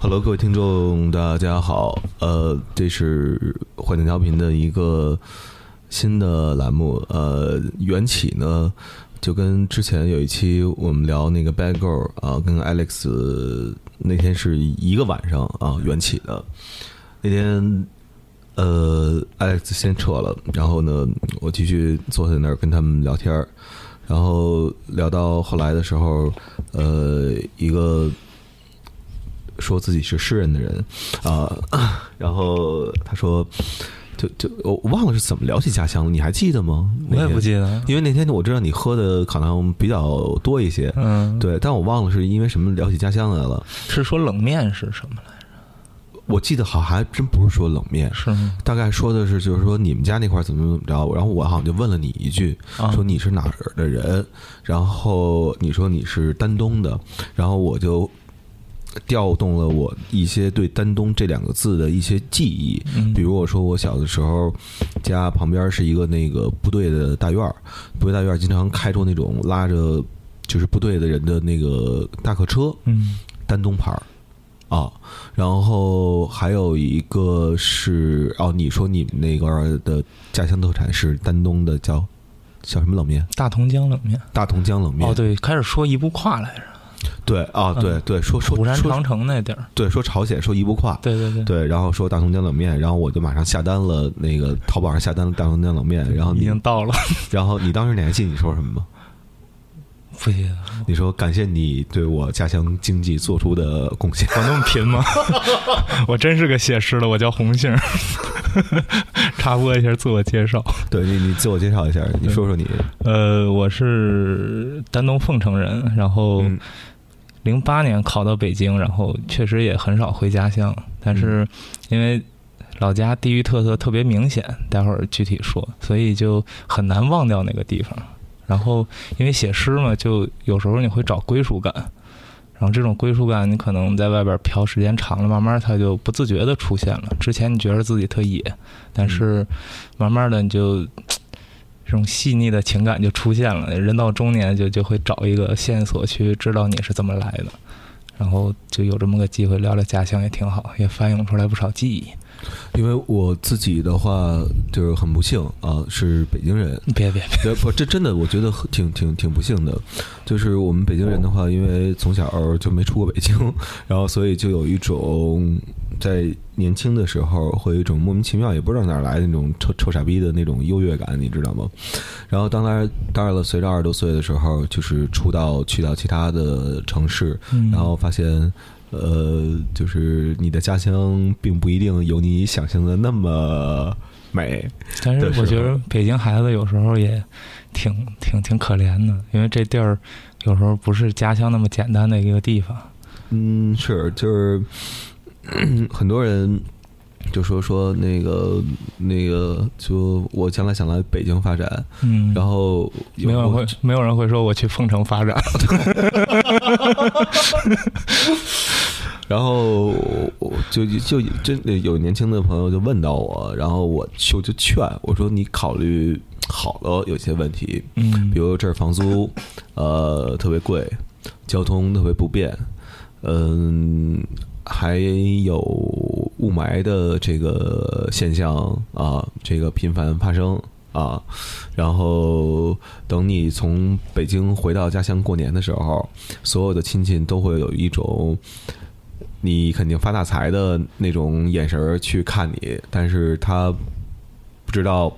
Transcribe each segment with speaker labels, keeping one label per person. Speaker 1: Hello，各位听众，大家好。呃，这是坏蛋调频的一个新的栏目。呃，缘起呢，就跟之前有一期我们聊那个 Bad Girl 啊、跟 Alex 那天是一个晚上啊缘起的。那天呃，Alex 先撤了，然后呢，我继续坐在那儿跟他们聊天儿，然后聊到后来的时候，呃，一个说自己是诗人的人啊、 然后他说，就就我忘了是怎么聊起家乡了，你还记得吗？
Speaker 2: 我也不记得嗯
Speaker 1: 那。天，因为那天我知道你喝的可能比较多一些，
Speaker 2: 嗯，，
Speaker 1: 对，但我忘了是因为什么聊起家乡来了。
Speaker 2: 是说冷面是什么来着？
Speaker 1: 我记得好像还真不是说冷面，
Speaker 2: 是吗？
Speaker 1: 大概说的是，就是说你们家那块儿怎么怎么着，然后我好像就问了你一句，
Speaker 2: 啊
Speaker 1: 说你是哪儿的人，然后你说你是丹东的，然后我就调动了我一些对丹东这两个字的一些记忆，
Speaker 2: 嗯
Speaker 1: 比如我说我小的时候，家旁边是一个那个部队的大院儿，部队大院儿经常开出那种拉着就是部队的人的那个大客车，
Speaker 2: 嗯，
Speaker 1: 丹东牌儿啊，然后还有一个是哦，你说你们那个儿的家乡特产是丹东的叫叫什么冷面？
Speaker 2: 大同江冷面。
Speaker 1: 大同江冷面。
Speaker 2: 哦，对，开始说一步跨来着，
Speaker 1: 对啊，
Speaker 2: 嗯
Speaker 1: 对对，说说
Speaker 2: 釜山
Speaker 1: 说
Speaker 2: 长城那地儿。
Speaker 1: 对说朝鲜说一不跨。
Speaker 2: 对对对，
Speaker 1: 对，然后说大同江冷面，然后我就马上下单了，那个淘宝上下单了大同江冷面，然后
Speaker 2: 已
Speaker 1: 你
Speaker 2: 经，到了。
Speaker 1: 然后你当时你还记得你说什么吗？
Speaker 2: 不记得，
Speaker 1: 你说感谢你对我家乡经济做出的贡献，
Speaker 2: 我那么贫吗？ 我真是个写诗的，我叫红杏儿。 插播一下自我介绍，
Speaker 1: 对你你自我介绍一下，你说说你，
Speaker 2: 呃，我是丹东凤城人，然后
Speaker 1: 嗯
Speaker 2: 零八年考到北京，然后确实也很少回家乡，但是
Speaker 1: 嗯
Speaker 2: 因为老家地域特色特别明显，待会儿具体说，所以就很难忘掉那个地方。然后因为写诗嘛，就有时候你会找归属感，然后这种归属感你可能在外边漂时间长了，慢慢它就不自觉的出现了。之前你觉得自己特野，但是慢慢的你就。这种细腻的情感就出现了。人到中年就就会找一个线索去知道你是怎么来的，然后就有这么个机会聊聊家乡也挺好，也翻涌出来不少记忆。
Speaker 1: 因为我自己的话就是很不幸啊，是北京人。
Speaker 2: 别别别，
Speaker 1: 呃，不，这真的我觉得很挺挺挺不幸的。就是我们北京人的话，因为从小就没出过北京， 然后所以就有一种在年轻的时候会有一种莫名其妙也不知道哪儿来的那种臭臭傻逼的那种优越感，你知道吗？然后当然当然了，随着二十多岁的时候，就是出到去到其他的城市，
Speaker 2: 嗯
Speaker 1: 然后发现。呃，就是你的家乡并不一定有你想象的那么美，
Speaker 2: 但
Speaker 1: 对
Speaker 2: 是
Speaker 1: 是
Speaker 2: 我觉得北京孩子有时候也挺挺挺可怜的，因为这地儿有时候不是家乡那么简单的一个地方。
Speaker 1: 嗯，是，就是 咳很多人就说说那个那个，就我将来想来北京发展，
Speaker 2: 嗯，
Speaker 1: 然后
Speaker 2: 没有人会
Speaker 1: 我
Speaker 2: 没有人会说我去凤城发展。
Speaker 1: 然后我就就真的有年轻的朋友就问到我，然后我就就劝我说你考虑好了有些问题，
Speaker 2: 嗯
Speaker 1: 比如这儿房租呃特别贵，交通特别不便，嗯，还有雾霾的这个现象啊，这个频繁发生啊。然后等你从北京回到家乡过年的时候，所有的亲戚都会有一种。你肯定发大财的那种眼神儿去看你，但是他不知道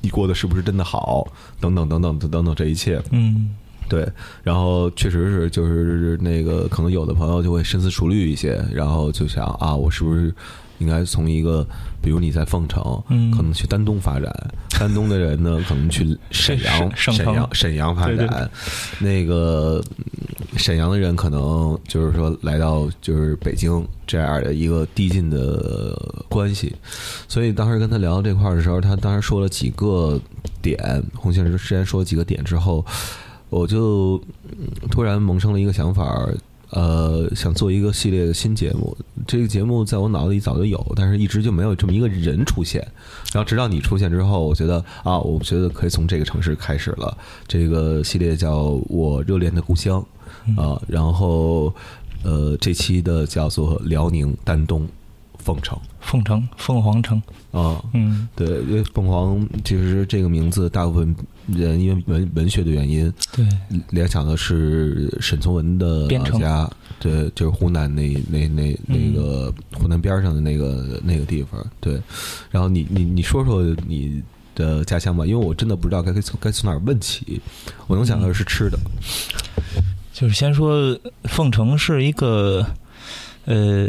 Speaker 1: 你过得是不是真的好，等等等等等等等这一切，
Speaker 2: 嗯
Speaker 1: 对，然后确实是就是那个，可能有的朋友就会深思熟虑一些，然后就想啊，我是不是应该从一个，比如你在凤城，
Speaker 2: 嗯
Speaker 1: 可能去丹东发展，丹东的人呢，可能去沈阳、
Speaker 2: 沈
Speaker 1: 沈
Speaker 2: 沈
Speaker 1: 阳、
Speaker 2: 阳
Speaker 1: 沈阳发展，
Speaker 2: 对对对
Speaker 1: 那个嗯沈阳的人可能就是说来到就是北京这样的一个递进的关系，所以当时跟他聊到这块儿的时候，他当时说了几个点，洪先生之前说了几个点之后，我就嗯突然萌生了一个想法儿，呃，想做一个系列的新节目。这个节目在我脑子里早就有，但是一直就没有这么一个人出现。然后直到你出现之后，我觉得啊，我觉得可以从这个城市开始了。这个系列叫我热恋的故乡啊、然后呃，这期的叫做辽宁丹东凤城
Speaker 2: 凤城、凤凰城，
Speaker 1: 啊、
Speaker 2: 嗯，
Speaker 1: 对，因为凤凰其实这个名字，大部分人因为文文学的原因，
Speaker 2: 对，
Speaker 1: 联想的是沈从文的
Speaker 2: 边
Speaker 1: 老
Speaker 2: 城
Speaker 1: 家，对，就是湖南那那那那
Speaker 2: 嗯
Speaker 1: 个湖南边上的那个那个地方，对。然后你你你说说你的家乡吧，因为我真的不知道该该从该从哪儿问起，我能想到的是吃的，
Speaker 2: 就是先说凤城是一个呃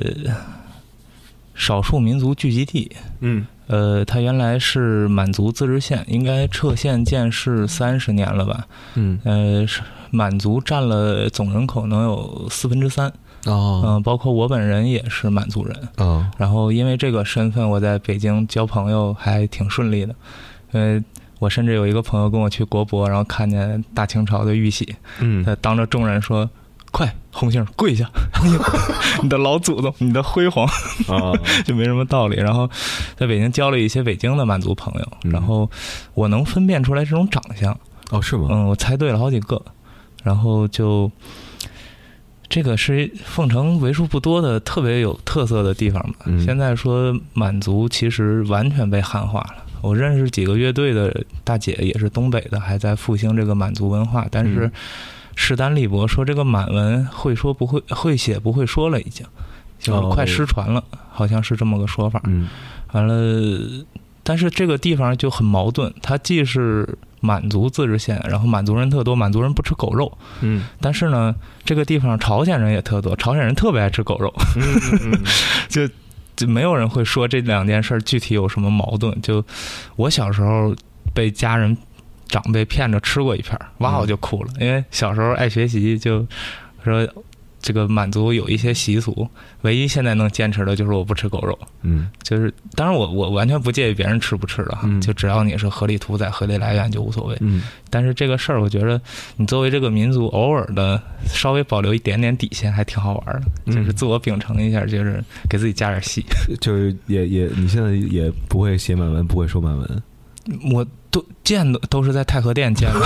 Speaker 2: 少数民族聚集地，
Speaker 1: 嗯
Speaker 2: 呃，它原来是满族自治县，应该撤县建市三十年了吧？
Speaker 1: 嗯
Speaker 2: 呃，是满族占了总人口能有四分之三，
Speaker 1: 哦
Speaker 2: 嗯、包括我本人也是满族人。
Speaker 1: 哦
Speaker 2: 然后因为这个身份，我在北京交朋友还挺顺利的，呃，我甚至有一个朋友跟我去国博，然后看见大清朝的玉玺，
Speaker 1: 嗯
Speaker 2: 他当着众人说：“快，红杏儿跪 下，你你的老祖宗，你的辉煌。”
Speaker 1: 啊
Speaker 2: 就没什么道理。然后在北京交了一些北京的满族朋友，
Speaker 1: 嗯
Speaker 2: 然后我能分辨出来这种长相，
Speaker 1: 哦是吗？
Speaker 2: 嗯，我猜对了好几个，然后就。这个是凤城为数不多的特别有特色的地方吧。
Speaker 1: 嗯
Speaker 2: 现在说满族其实完全被汉化了。我认识几个乐队的大姐也是东北的，还在复兴这个满族文化，但是
Speaker 1: 嗯
Speaker 2: 势单力薄，说这个满文会说不会会写不会说了，已经就是快
Speaker 1: 哦
Speaker 2: 失传了，好像是这么个说法。
Speaker 1: 嗯
Speaker 2: 完了，但是这个地方就很矛盾，它既是满族自治县，然后满族人特多，满族人不吃狗肉，
Speaker 1: 嗯
Speaker 2: 但是呢，这个地方朝鲜人也特多，朝鲜人特别爱吃狗肉，
Speaker 1: 嗯
Speaker 2: 就没有人会说这两件事儿具体有什么矛盾。就我小时候被家人长辈骗着吃过一片儿，哇，
Speaker 1: 嗯
Speaker 2: 我就哭了，因为小时候爱学习，就说。这个满族有一些习俗，唯一现在能坚持的就是我不吃狗肉。
Speaker 1: 嗯
Speaker 2: 就是，当然我我完全不介意别人吃不吃的哈，
Speaker 1: 嗯
Speaker 2: 就只要你是合理屠宰、合理来源就无所谓。
Speaker 1: 嗯
Speaker 2: 但是这个事儿，我觉得你作为这个民族，偶尔的稍微保留一点点底线，还挺好玩的，
Speaker 1: 嗯
Speaker 2: 就是自我秉承一下，就是给自己加点戏。
Speaker 1: 就是也也你现在也不会写满文，不会说满文。
Speaker 2: 我都见的都是在太和殿 见的。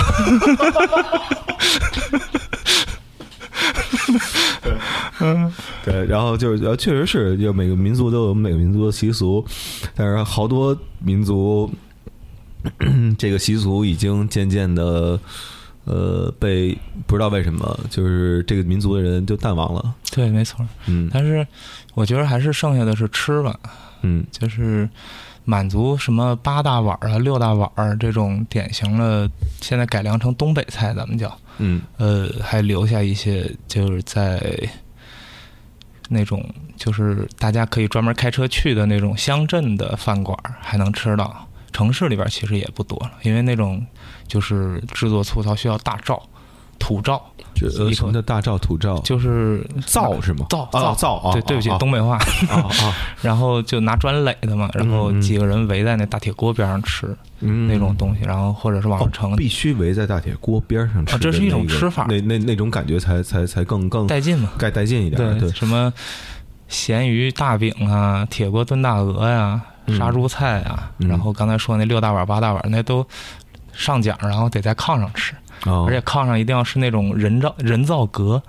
Speaker 1: 对，然后就是，呃，确实是，就每个民族都有每个民族的习俗，但是好多民族 咳这个习俗已经渐渐的，呃，被不知道为什么，就是这个民族的人就淡忘了。
Speaker 2: 对，没错。
Speaker 1: 嗯
Speaker 2: 但是我觉得还是剩下的是吃吧，
Speaker 1: 嗯
Speaker 2: 就是满族什么八大碗儿啊、六大碗儿这种典型的，现在改良成东北菜，咱们叫。
Speaker 1: 嗯
Speaker 2: 呃，还留下一些就是在那种就是大家可以专门开车去的那种乡镇的饭馆儿还能吃到。城市里边儿其实也不多了，因为那种就是制作粗糙需要大灶、土灶，
Speaker 1: 这呃
Speaker 2: 一口
Speaker 1: 什么叫大灶土灶？
Speaker 2: 就是
Speaker 1: 灶是吗？
Speaker 2: 灶
Speaker 1: 啊
Speaker 2: 灶
Speaker 1: 灶啊！
Speaker 2: 对，对不起，
Speaker 1: 啊
Speaker 2: 东北话。
Speaker 1: 啊啊，
Speaker 2: 然后就拿砖垒的嘛，然后
Speaker 1: 嗯嗯
Speaker 2: 几个人围在那大铁锅边上吃
Speaker 1: 嗯
Speaker 2: 那种东西，然后或者是往
Speaker 1: 哦
Speaker 2: 上盛，
Speaker 1: 必须围在大铁锅边上吃的那个、
Speaker 2: 啊这是一种吃法
Speaker 1: 那那那种感觉才才才更更
Speaker 2: 带劲嘛。
Speaker 1: 该带劲一点儿。对，
Speaker 2: 什么咸鱼大饼啊、铁锅炖大鹅呀、
Speaker 1: 嗯
Speaker 2: 杀猪菜啊，
Speaker 1: 嗯
Speaker 2: 然后刚才说那六大碗、八大碗，那都上奖，然后得在炕上吃，
Speaker 1: 哦
Speaker 2: 而且炕上一定要是那种人造人造革。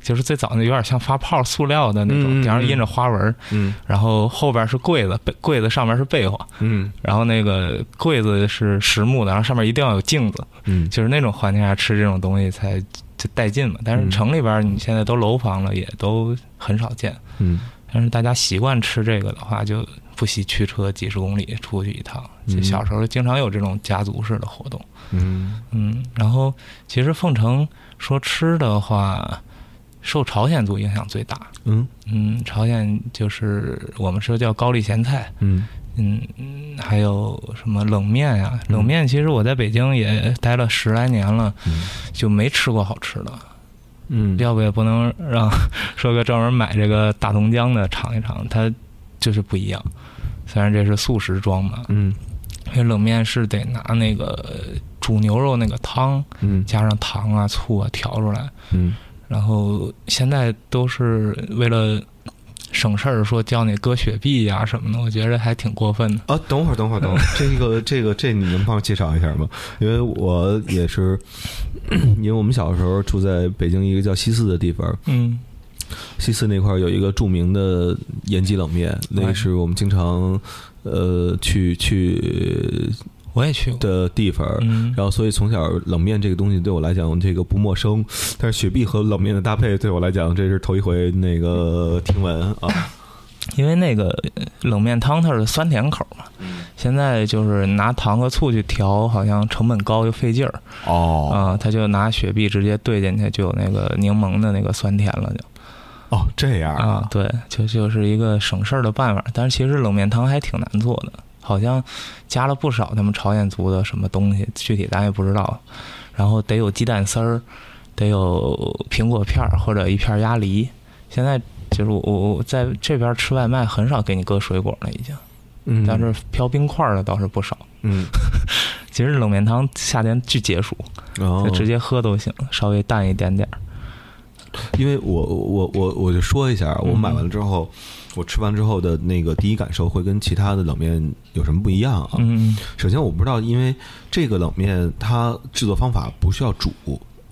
Speaker 2: 就是最早那有点像发泡塑料的那
Speaker 1: 嗯嗯
Speaker 2: 种，
Speaker 1: 嗯
Speaker 2: 顶上印着花纹，
Speaker 1: 嗯
Speaker 2: 然后后边是柜子，被柜子上面是被窝，
Speaker 1: 嗯
Speaker 2: 然后那个柜子是实木的，然后上面一定要有镜子，
Speaker 1: 嗯
Speaker 2: 就是那种环境下吃这种东西才就带劲嘛。但是
Speaker 1: 嗯
Speaker 2: 城里边你现在都楼房了，也都很少见。
Speaker 1: 嗯，
Speaker 2: 但是大家习惯吃这个的话，就不惜驱车几十公里出去一趟。就
Speaker 1: 嗯
Speaker 2: 小时候经常有这种家族式的活动，
Speaker 1: 嗯
Speaker 2: 嗯，然后其实凤城说吃的话，受朝鲜族影响最大。
Speaker 1: 嗯
Speaker 2: 嗯，朝鲜就是我们说叫高丽咸菜，
Speaker 1: 嗯
Speaker 2: 嗯，嗯还有什么冷面呀、冷面其实我在北京也待了十来年了，就没吃过好吃的。
Speaker 1: 嗯
Speaker 2: 要不也不能让说哥专门买这个大同江的尝一尝，它就是不一样。虽然这是速食装嘛，
Speaker 1: 嗯
Speaker 2: 因为冷面是得拿那个呃煮牛肉那个汤
Speaker 1: 嗯
Speaker 2: 加上糖啊、醋啊调出来，
Speaker 1: 嗯
Speaker 2: 然后现在都是为了省事儿，说教你割雪碧呀、什么的，我觉得还挺过分的。
Speaker 1: 啊，等会儿等会儿等会儿，这个这个这你能帮我介绍一下吗？因为我 也是，因为我们小时候住在北京一个叫西四的地方，
Speaker 2: 嗯
Speaker 1: 西四那块儿有一个著名的延吉冷面，那
Speaker 2: 哎
Speaker 1: 是我们经常呃去去
Speaker 2: 我也去过，
Speaker 1: 的地方。
Speaker 2: 嗯，
Speaker 1: 然后，所以从小冷面这个东西对我来讲，这个不陌生。但是雪碧和冷面的搭配对我来讲，这是头一回那个听闻啊。
Speaker 2: 因为那个呃冷面汤它是酸甜口嘛，现在就是拿糖和醋去调，好像成本高又费劲儿
Speaker 1: 哦
Speaker 2: 啊，他就拿雪碧直接兑进去，就有那个柠檬的那个酸甜了就。
Speaker 1: 哦，这样
Speaker 2: 啊，对，就就是一个省事儿的办法。但是其实冷面汤还挺难做的，好像加了不少他们朝鲜族的什么东西，具体咱也不知道。然后得有鸡蛋丝儿，得有苹果片儿或者一片鸭梨。现在就是我我我在这边吃外卖很少给你搁水果了，已经，
Speaker 1: 嗯，
Speaker 2: 但是飘冰块儿的倒是不少。
Speaker 1: 嗯，
Speaker 2: 其实冷面汤夏天巨解暑，
Speaker 1: 然后
Speaker 2: 就直接喝都行，稍微淡一点点儿。
Speaker 1: 因为我我我我就说一下，
Speaker 2: 嗯
Speaker 1: 我买完了之后，我吃完之后的那个第一感受会跟其他的冷面有什么不一样啊？
Speaker 2: 嗯
Speaker 1: 首先我不知道，因为这个冷面它制作方法不需要煮，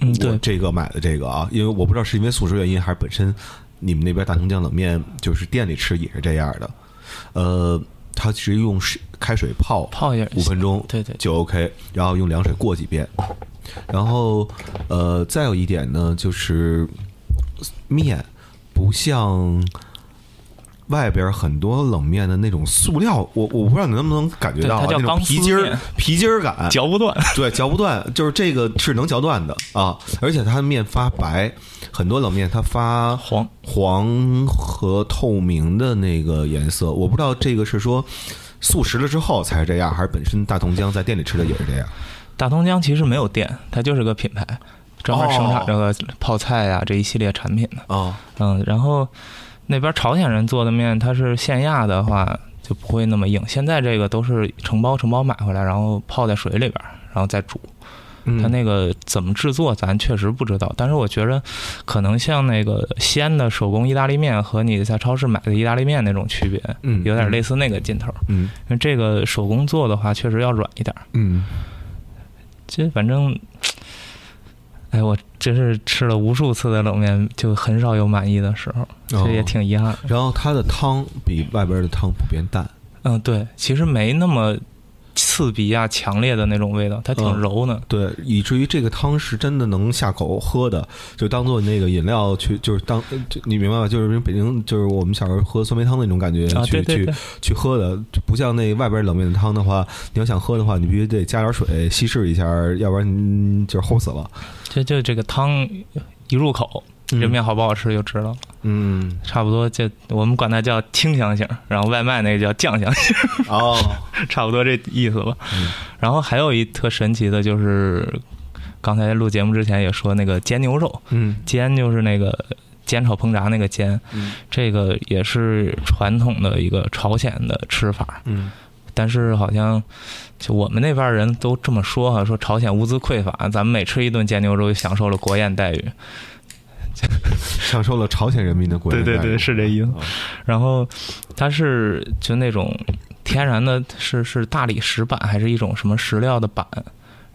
Speaker 2: 嗯，
Speaker 1: 我
Speaker 2: 对，
Speaker 1: 这个买的这个啊，因为我不知道是因为素食原因还是本身你们那边大同酱冷面就是店里吃也是这样的，呃，它是用水开水泡
Speaker 2: 泡一下
Speaker 1: 五分钟，
Speaker 2: 对对，
Speaker 1: 就 OK，然后用凉水过几遍，然后呃，再有一点呢，就是面不像外边很多冷面的那种塑料，我我不知道你能不能感觉到、啊、
Speaker 2: 对它叫
Speaker 1: 那种
Speaker 2: 钢丝
Speaker 1: 皮筋儿
Speaker 2: 面
Speaker 1: 皮筋儿感，
Speaker 2: 嚼不断。
Speaker 1: 对，嚼不断，就是这个是能嚼断的啊，而且它的面发白，很多冷面它发
Speaker 2: 黄，
Speaker 1: 黄和透明的那个颜色，我不知道这个是说素食了之后才是这样，还是本身大同江在店里吃的也是这样。
Speaker 2: 大同江其实没有店，它就是个品牌，专门生产这个泡菜呀、这一系列产品的。
Speaker 1: 哦，
Speaker 2: 嗯，然后那边朝鲜人做的面，它是现压的话就不会那么硬。现在这个都是成包成包买回来，然后泡在水里边，然后再煮。
Speaker 1: 嗯
Speaker 2: 它那个怎么制作，咱确实不知道。但是我觉着，可能像那个西安的手工意大利面和你在超市买的意大利面那种区别，
Speaker 1: 嗯
Speaker 2: 有点类似那个劲头。
Speaker 1: 嗯
Speaker 2: 因为这个手工做的话，确实要软一点。
Speaker 1: 嗯，
Speaker 2: 这反正，哎，我真是吃了无数次的冷面，就很少有满意的时候，
Speaker 1: 哦
Speaker 2: 这也挺遗憾。
Speaker 1: 然后它的汤比外边的汤普遍淡，
Speaker 2: 嗯，对，其实没那么刺鼻啊、强烈的那种味道，它挺
Speaker 1: 嗯
Speaker 2: 柔呢。
Speaker 1: 对，以至于这个汤是真的能下口喝的，就当做那个饮料去，就是当就你明白吧？就是北京，就是我们小时候喝酸梅汤那种感觉，
Speaker 2: 啊，
Speaker 1: 嗯去
Speaker 2: 对对对
Speaker 1: 去，去喝的，就不像那外边冷面的汤的话，你要想喝的话，你必须得加点水稀释一下，要不然你就是齁死了。
Speaker 2: 这就这个汤一入口，这面好不好吃就知道了。
Speaker 1: 嗯，
Speaker 2: 差不多就我们管它叫清香型，然后外卖那个叫酱香型，
Speaker 1: 哦，
Speaker 2: 差不多这意思吧。
Speaker 1: 嗯
Speaker 2: 然后还有一特神奇的就是，刚才录节目之前也说那个煎牛肉，
Speaker 1: 嗯
Speaker 2: 煎就是那个煎炒烹炸那个煎，
Speaker 1: 嗯
Speaker 2: 这个也是传统的一个朝鲜的吃法。
Speaker 1: 嗯
Speaker 2: 但是好像就我们那边人都这么说哈、说朝鲜物资匮乏，咱们每吃一顿煎牛肉就享受了国宴待遇。
Speaker 1: 享受了朝鲜人民的国
Speaker 2: 对
Speaker 1: 人
Speaker 2: 对
Speaker 1: 待
Speaker 2: 对，
Speaker 1: 遇
Speaker 2: 是这意思
Speaker 1: 哦。
Speaker 2: 然后它是就那种天然的是是大理石板还是一种什么石料的板，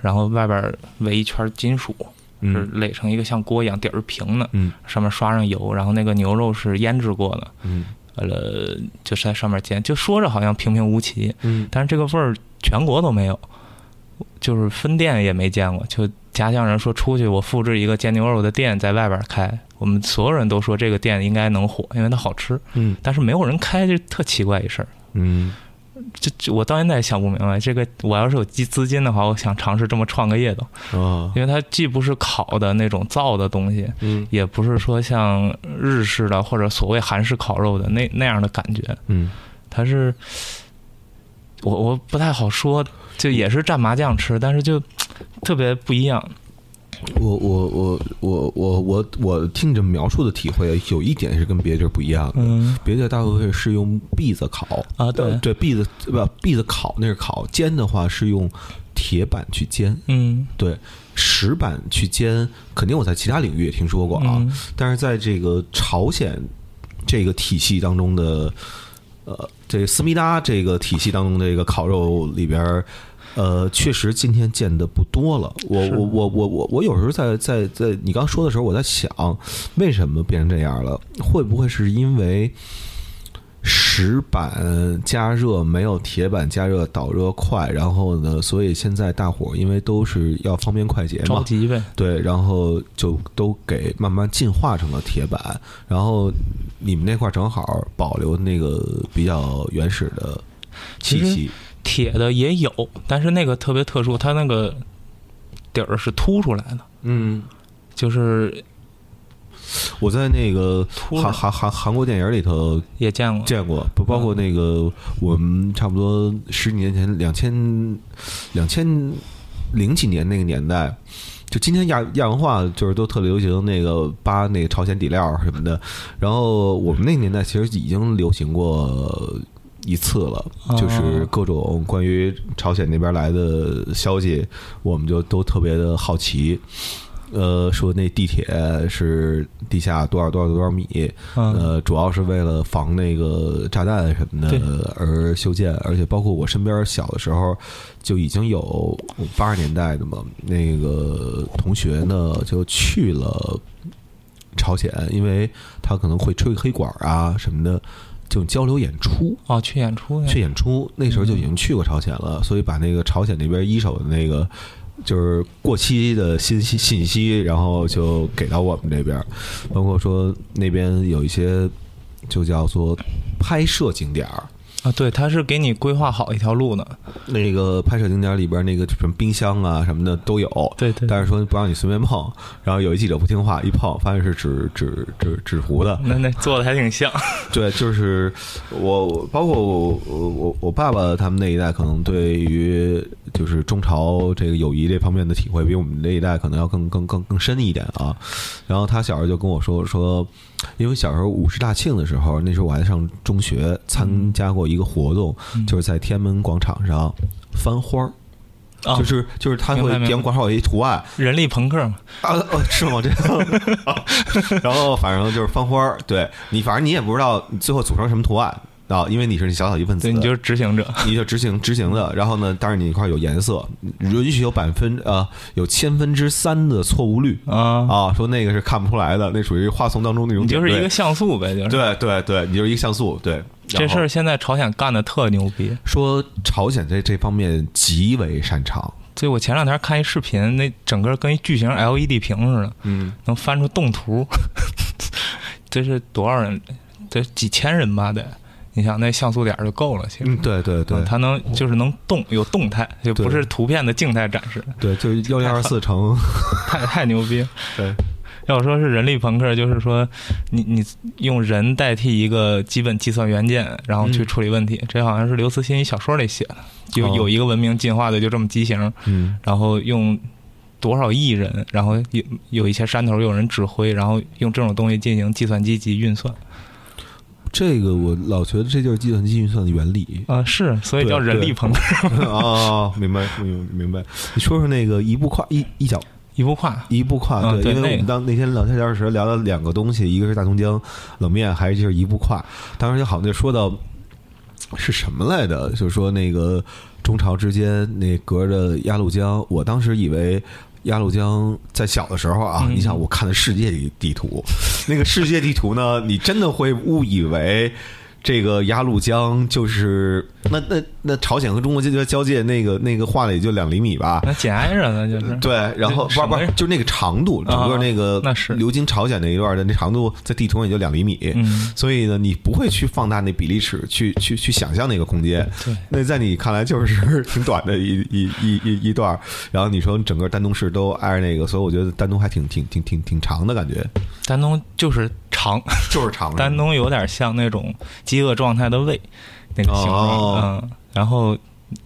Speaker 2: 然后外边围一圈金属，是
Speaker 1: 嗯
Speaker 2: 垒成一个像锅一样，底儿是平的，
Speaker 1: 嗯
Speaker 2: 上面刷上油，然后那个牛肉是腌制过的，
Speaker 1: 嗯
Speaker 2: 呃，就是在上面煎，就说着好像平平无奇，
Speaker 1: 嗯
Speaker 2: 但是这个味儿全国都没有，就是分店也没见过。就家乡人说出去，我复制一个煎牛肉的店在外边开，我们所有人都说这个店应该能火，因为它好吃，
Speaker 1: 嗯
Speaker 2: 但是没有人开，这特奇怪一事儿。
Speaker 1: 嗯，
Speaker 2: 这这我到现在也想不明白，这个我要是有资资金的话，我想尝试这么创个业都，
Speaker 1: 哦，
Speaker 2: 因为它既不是烤的那种造的东西，
Speaker 1: 嗯
Speaker 2: 也不是说像日式的或者所谓韩式烤肉的那那样的感觉，
Speaker 1: 嗯，
Speaker 2: 它是我我不太好说，就也是蘸麻酱吃，但是就特别不一样。
Speaker 1: 我我我我我我我听着描述的体会，有一点是跟别地儿不一样的。
Speaker 2: 嗯
Speaker 1: 别的大部分是用篦子烤
Speaker 2: 啊对
Speaker 1: 呃对篦子不篦子烤那是烤煎的话是用铁板去煎，
Speaker 2: 嗯，
Speaker 1: 对石板去煎，肯定我在其他领域也听说过啊，
Speaker 2: 嗯
Speaker 1: 但是在这个朝鲜这个体系当中的，呃，这思密达这个体系当中的这个烤肉里边儿，呃，确实今天见的不多了。我
Speaker 2: 是
Speaker 1: 我我我我我有时候在在在你刚说的时候，我在想，为什么变成这样了？会不会是因为石板加热没有铁板加热导热快？然后呢，所以现在大伙儿因为都是要方便快捷嘛
Speaker 2: 着，急呗。
Speaker 1: 对，然后就都给慢慢进化成了铁板，然后你们那块儿正好保留那个比较原始的气息，
Speaker 2: 铁的也有，但是那个特别特殊，它那个底儿是凸出来的，
Speaker 1: 嗯。
Speaker 2: 就是
Speaker 1: 我在那个
Speaker 2: 凸
Speaker 1: 韩
Speaker 2: 着
Speaker 1: 韩韩韩国电影里头
Speaker 2: 也见过。
Speaker 1: 见过，不包括那个我们差不多十几年前，两千两千零几年那个年代，就今天亚亚文化就是都特流行那个扒那个朝鲜底料什么的，然后我们那个年代其实已经流行过。一次了，
Speaker 2: 哦
Speaker 1: 就是各种关于朝鲜那边来的消息，我们就都特别的好奇。呃，说那地铁是地下多少多少多少米，
Speaker 2: 嗯，
Speaker 1: 呃，主要是为了防那个炸弹什么
Speaker 2: 对
Speaker 1: 的而修建，而且包括我身边小的时候就已经有八十年代的嘛，那个同学呢就去了朝鲜，因为他可能会吹黑管啊什么的，就交流演出。
Speaker 2: 哦，去演出去
Speaker 1: 去演出，那时候就已经去过朝鲜了，所以把那个朝鲜那边一手的那个就是过期的信息信息，然后就给到我们这边，包括说那边有一些就叫做拍摄景点儿，
Speaker 2: 啊，对，它是给你规划好一条路的。
Speaker 1: 那个拍摄景点儿里边那个什么冰箱啊什么的都有，
Speaker 2: 对对
Speaker 1: 但是说不让你随便碰，然后有一记者不听话，一碰发现是纸纸纸纸糊的，
Speaker 2: 那那做的还挺像。
Speaker 1: 对，就是我，我包括我，我我我爸爸他们那一代，可能对于就是中朝这个友谊这方面的体会，比我们这一代可能要更更更更深一点啊。然后他小时候就跟我说说，因为小时候五十大庆的时候，那时候我还上中学，
Speaker 2: 嗯
Speaker 1: 参加过一个活动，就是在天安门广场上翻花儿。
Speaker 2: 啊
Speaker 1: 就是就是他
Speaker 2: 明
Speaker 1: 会
Speaker 2: 白明白
Speaker 1: 点广场有一图案，
Speaker 2: 人力朋克嘛，
Speaker 1: 啊，哦，是吗？ 这样，然后反正就是翻花儿，对你，反正你也不知道你最后组成什么图案啊，因为你是小小一份子，
Speaker 2: 对，你就是执行者。
Speaker 1: 你就执行执行的。然后呢，当然你一块儿有颜色，允许有百分呃有千分之三的错误率
Speaker 2: 啊，
Speaker 1: 啊，说那个是看不出来的，那属于画丛当中那种
Speaker 2: 你
Speaker 1: 点
Speaker 2: 就是一
Speaker 1: 缀
Speaker 2: 个。像素呗，就是。
Speaker 1: 对对对，你就是一个像素，对
Speaker 2: 这
Speaker 1: 然后
Speaker 2: 事儿现在朝鲜干的特牛逼，
Speaker 1: 说朝鲜在这方面极为擅长，
Speaker 2: 就我前两天看一视频，那整个跟一巨型 LED 屏似的，
Speaker 1: 嗯，
Speaker 2: 能翻出动图， 这是多少人？这几千人吧得。你想那像素点儿就够了，其实。
Speaker 1: 嗯，对对对
Speaker 2: 嗯，它能就是能动，有动态，就
Speaker 1: 对
Speaker 2: 不是图片的静态展示，
Speaker 1: 对，就是幺零二四乘，
Speaker 2: 太太牛逼了。
Speaker 1: 对，
Speaker 2: 要说是人力朋克，就是说你你用人代替一个基本计算元件，然后去
Speaker 1: 嗯
Speaker 2: 处理问题。这好像是刘慈欣一小说里写的，就
Speaker 1: 哦
Speaker 2: 有一个文明进化的就这么畸形，
Speaker 1: 嗯。
Speaker 2: 然后用多少亿人，然后有有一些山头有人指挥，然后用这种东西进行计算机级运算
Speaker 1: 这个我老觉得这就是计算机运算的原理
Speaker 2: 啊、是，所以
Speaker 1: 对
Speaker 2: 叫人力
Speaker 1: 对
Speaker 2: 朋克，
Speaker 1: 哦，明白，明明白。你说说那个一步跨一一脚
Speaker 2: 一步跨。
Speaker 1: 一步跨，
Speaker 2: 嗯
Speaker 1: 对，
Speaker 2: 对
Speaker 1: 因为
Speaker 2: 那
Speaker 1: 我们当那天聊天聊时聊了两个东西，一个是大东江冷面，还有就是一步跨。当时就好像就说到是什么来的，就是说那个中朝之间那隔着鸭绿江，我当时以为。鸭绿江在小的时候啊，
Speaker 2: 嗯
Speaker 1: 你想我看的世界地地图，那个世界地图呢，你真的会误以为这个鸭绿江就是那那那朝鲜和中国这个交界那个那个画的也就两厘米吧，
Speaker 2: 那紧挨着呢，就是
Speaker 1: 对，然后
Speaker 2: 什
Speaker 1: 不
Speaker 2: 么
Speaker 1: 不
Speaker 2: 呀，啊
Speaker 1: 就那个长度，整个那个
Speaker 2: 那是
Speaker 1: 流经朝鲜那一段的那长度，在地图上也就两厘米，
Speaker 2: 嗯
Speaker 1: 所以呢，你不会去放大那比例尺去去去想象那个空间，
Speaker 2: 对，
Speaker 1: 那在你看来就是 挺短的一一一一一段儿，然后你说整个丹东市都挨着那个，所以我觉得丹东还挺挺挺挺挺长的感觉，
Speaker 2: 丹东就是长，
Speaker 1: 就是长。
Speaker 2: 丹东有点像那种饥饿状态的胃那个形状，
Speaker 1: 哦
Speaker 2: 嗯，然后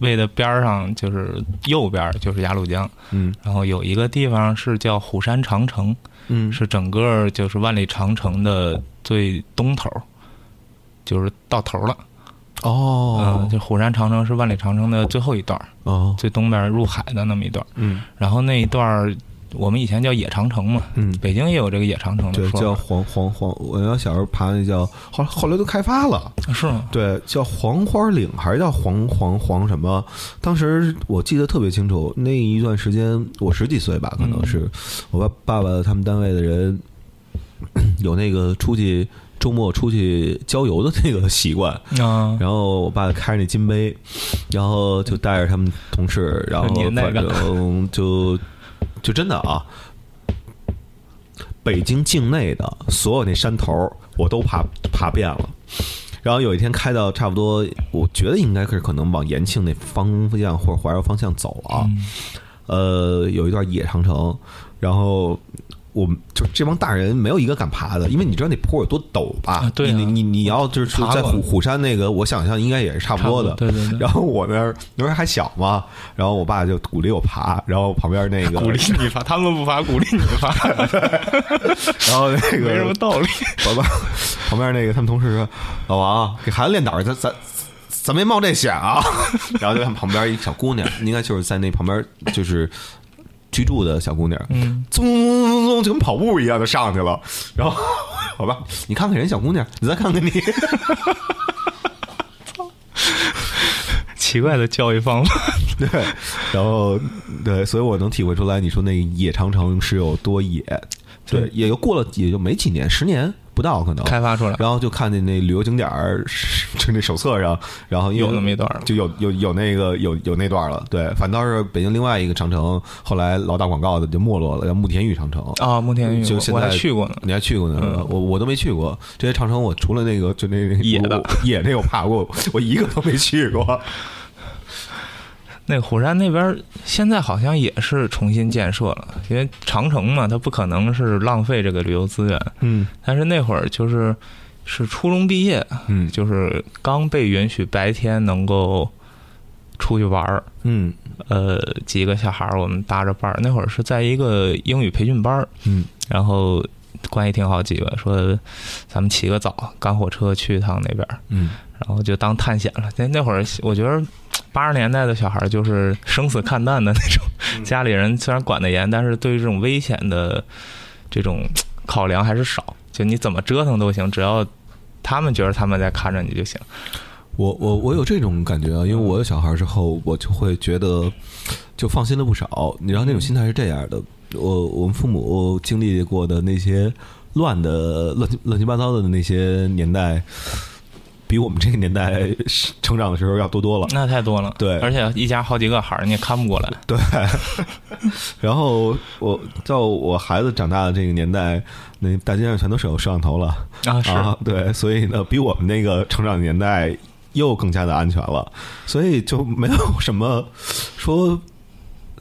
Speaker 2: 胃的边儿上就是右边儿就是鸭绿江，
Speaker 1: 嗯
Speaker 2: 然后有一个地方是叫虎山长城，
Speaker 1: 嗯
Speaker 2: 是整个就是万里长城的最东头儿，就是到头了。
Speaker 1: 哦
Speaker 2: 嗯，就虎山长城是万里长城的最后一段儿，
Speaker 1: 哦
Speaker 2: 最东边入海的那么一段儿。
Speaker 1: 嗯
Speaker 2: 然后那一段儿我们以前叫野长城嘛，
Speaker 1: 嗯，
Speaker 2: 北京也有这个野长城的
Speaker 1: 对，叫
Speaker 2: 说法，
Speaker 1: 黄黄黄，我要小时候爬那叫，后来后来都开发了，
Speaker 2: 是吗？
Speaker 1: 对，叫黄花岭还是叫黄黄黄什么？当时我记得特别清楚，那一段时间我十几岁吧，可能
Speaker 2: 嗯
Speaker 1: 是、我爸爸爸他们单位的人 有那个出去周末出去郊游的那个习惯，
Speaker 2: 啊，
Speaker 1: 然后我爸开着那金杯，然后就带着他们同事，然后
Speaker 2: 年代
Speaker 1: 反
Speaker 2: 感
Speaker 1: 正就就真的啊，北京境内的所有那山头儿我都爬爬遍了。然后有一天开到差不多，我觉得应该是可能往延庆那方向或者怀柔方向走了啊。
Speaker 2: 嗯
Speaker 1: 呃，有一段野长城，然后我们就这帮大人没有一个敢爬的，因为你知道那坡有多陡吧？
Speaker 2: 啊对啊
Speaker 1: 你你你要就是
Speaker 2: 爬过
Speaker 1: 在虎虎山那个，我想象应该也是差不多的。
Speaker 2: 对对对，
Speaker 1: 然后我那儿那时候还小嘛，然后我爸就鼓励我爬，然后旁边 那个，
Speaker 2: 你发，他们不发，鼓励你发，
Speaker 1: 然后那个
Speaker 2: 道 理。
Speaker 1: 旁边旁边那个他们同事说：“老王，啊给孩子练胆儿，咱咱咱别冒这险啊。” 然后就看旁边一小姑娘，应该就是在那旁边就是居住的小姑娘，
Speaker 2: 嗯，
Speaker 1: 咚咚咚咚，就跟跑步一样就上去了。然后 好吧，你看看人小姑娘，你再看看你，
Speaker 2: 奇怪的教育方法。
Speaker 1: 对， 然后对，所以我能体会出来，你说那野长城是有多野，对
Speaker 2: 对，
Speaker 1: 也就过了也就没几年，十年不到可能。
Speaker 2: 开发出来
Speaker 1: 然后就看见那旅游景点儿， 就那手册上，然后又
Speaker 2: 有那么一段儿
Speaker 1: 就有有有那个有有那段儿了。对，反倒是北京另外一个长城，后来老打广告的就没落了，叫慕田峪长城。
Speaker 2: 啊，慕田峪
Speaker 1: 就现
Speaker 2: 我我还
Speaker 1: 在
Speaker 2: 去过呢。
Speaker 1: 你还去过呢？是吧我我都没去过这些长城，我除了那个就那那
Speaker 2: 嗯野的
Speaker 1: 我我野那我爬过，我一个都没去过。
Speaker 2: 那虎山那边儿现在好像也是重新建设了，因为长城嘛，它不可能是浪费这个旅游资源。
Speaker 1: 嗯
Speaker 2: 但是那会儿就是是初中毕业，
Speaker 1: 嗯
Speaker 2: 就是刚被允许白天能够出去玩儿。
Speaker 1: 嗯
Speaker 2: 呃，几个小孩儿，我们搭着伴儿。那会儿是在一个英语培训班儿，
Speaker 1: 嗯
Speaker 2: 然后关系挺好几个，说咱们起个早，赶火车去一趟那边儿，
Speaker 1: 嗯，
Speaker 2: 然后就当探险了。那那会儿我觉得八十年代的小孩儿就是生死看淡的那种，
Speaker 1: 嗯
Speaker 2: 家里人虽然管得严，但是对于这种危险的这种考量还是少。就你怎么折腾都行，只要他们觉得他们在看着你就行。
Speaker 1: 我我我有这种感觉啊，因为我有小孩之后，我就会觉得就放心了不少。你知道那种心态是这样的，我我们父母经历过的那些乱的乱七乱七八糟的那些年代，比我们这个年代是成长的时候要多多了。
Speaker 2: 那太多了，
Speaker 1: 对
Speaker 2: 而且一家好几个孩儿，你也看不过来。
Speaker 1: 对，然后我到我孩子长大的这个年代，那大街上全都是有摄像头了
Speaker 2: 啊，是
Speaker 1: 啊，对，所以呢，比我们那个成长年代又更加的安全了，所以就没有什么说，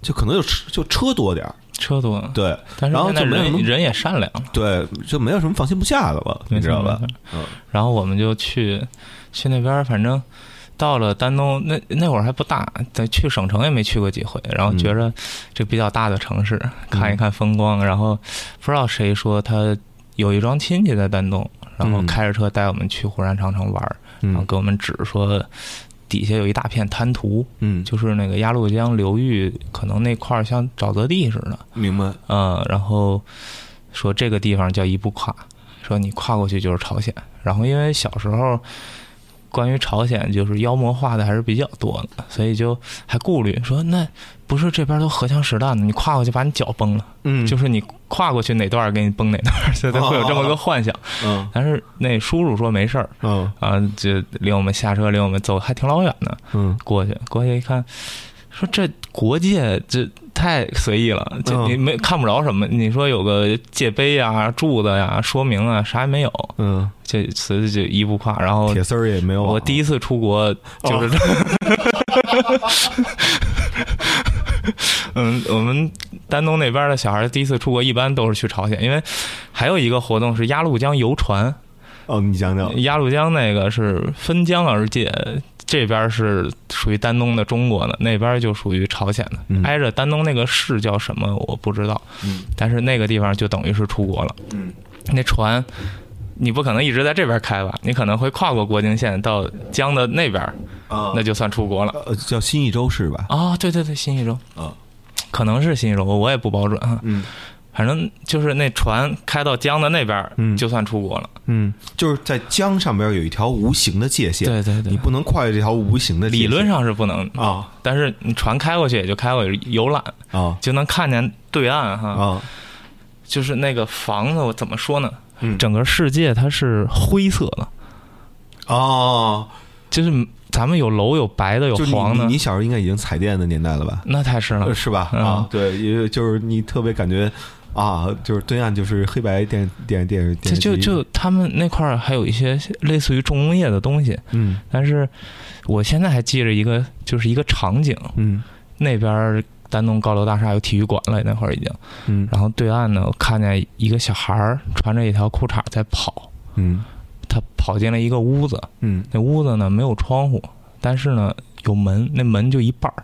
Speaker 1: 就可能就车就车多点儿，
Speaker 2: 车多，
Speaker 1: 对
Speaker 2: 但是
Speaker 1: 然后
Speaker 2: 现在
Speaker 1: 就没有什
Speaker 2: 人
Speaker 1: 么
Speaker 2: 人也善良了，
Speaker 1: 对，就没有什么放心不下的了，你知道吧
Speaker 2: 没错？没错
Speaker 1: 嗯
Speaker 2: 然后我们就去去那边儿，反正到了丹东，那那会儿还不大，在去省城也没去过几回，然后觉着这比较大的城市、看一看风光，然后不知道谁说他有一桩亲戚在丹东，然后
Speaker 1: 嗯
Speaker 2: 开着车带我们去湖南长城玩儿，然后
Speaker 1: 嗯
Speaker 2: 给我们指说。底下有一大片滩涂，
Speaker 1: 嗯，
Speaker 2: 就是那个鸭绿江流域，可能那块儿像沼泽地似的，
Speaker 1: 明白，
Speaker 2: 嗯，然后说这个地方叫一步跨，说你跨过去就是朝鲜。然后因为小时候关于朝鲜就是妖魔化的还是比较多的，所以就还顾虑说那不是这边都荷枪实弹的，你跨过去把你脚崩了，
Speaker 1: 嗯，
Speaker 2: 就是是你跨过去哪段儿给你崩哪段儿，所以他会有这么个幻想。
Speaker 1: 嗯
Speaker 2: 但是那叔叔说没事儿
Speaker 1: 嗯
Speaker 2: 啊，就领我们下车，领我们走还挺老远的。
Speaker 1: 嗯
Speaker 2: 过去，过去一看，说这国界这太随意了，这
Speaker 1: 嗯
Speaker 2: 你没看不着什么。你说有个界碑啊、柱子呀、说明啊，啥也没有，
Speaker 1: 嗯，
Speaker 2: 这所以就一步跨。然后
Speaker 1: 铁丝儿也没有网，
Speaker 2: 我第一次出国就是这， 嗯，我们丹东那边的小孩第一次出国一般都是去朝鲜，因为还有一个活动是鸭绿江游船，
Speaker 1: 哦，你讲讲，
Speaker 2: 鸭绿江那个是分江而界，这边是属于丹东的中国的，那边就属于朝鲜的。
Speaker 1: 嗯
Speaker 2: 挨着丹东那个市叫什么我不知道，
Speaker 1: 嗯
Speaker 2: 但是那个地方就等于是出国了。
Speaker 1: 嗯，
Speaker 2: 那船你不可能一直在这边开吧？你可能会跨过国境线到江的那边，
Speaker 1: 啊
Speaker 2: 那就算出国了。哦
Speaker 1: 呃叫新一周是吧？
Speaker 2: 啊、对对对，新一周。
Speaker 1: 啊，
Speaker 2: 可能是新柔，我也不保准啊。
Speaker 1: 嗯
Speaker 2: 反正就是那船开到江的那边儿，
Speaker 1: 嗯
Speaker 2: 就算出国了。
Speaker 1: 嗯，就是在江上边有一条无形的界限，
Speaker 2: 对对
Speaker 1: 你
Speaker 2: 对，
Speaker 1: 不能跨越这条无形的界限
Speaker 2: 理论上是不能，
Speaker 1: 啊
Speaker 2: 但是你船开过去也就开过去，游览
Speaker 1: 啊
Speaker 2: 就能看见对岸哈。
Speaker 1: 啊，
Speaker 2: 就是那个房子，我怎么说呢？
Speaker 1: 嗯
Speaker 2: 整个世界它是灰色的，
Speaker 1: 哦，
Speaker 2: 就是咱们有楼有白的有
Speaker 1: 就你
Speaker 2: 黄
Speaker 1: 你
Speaker 2: 的
Speaker 1: 你，小时候应该已经彩电的年代了吧？
Speaker 2: 那太是了
Speaker 1: 呃。是吧？
Speaker 2: 嗯
Speaker 1: 啊，对，因为就是你特别感觉啊，就是对岸就是黑白电电电视
Speaker 2: 就
Speaker 1: 电视
Speaker 2: 就
Speaker 1: 机
Speaker 2: 就他们那块儿还有一些类似于重工业的东西，
Speaker 1: 嗯
Speaker 2: 但是我现在还记着一个，就是一个场景，
Speaker 1: 嗯
Speaker 2: 那边儿丹东高楼大厦有体育馆了，那会儿已经。
Speaker 1: 嗯
Speaker 2: 然后对岸呢，我看见一个小孩儿穿着一条裤衩在跑，
Speaker 1: 嗯
Speaker 2: 他跑进了一个屋子，
Speaker 1: 嗯
Speaker 2: 那屋子呢没有窗户，但是呢有门，那门就一半儿，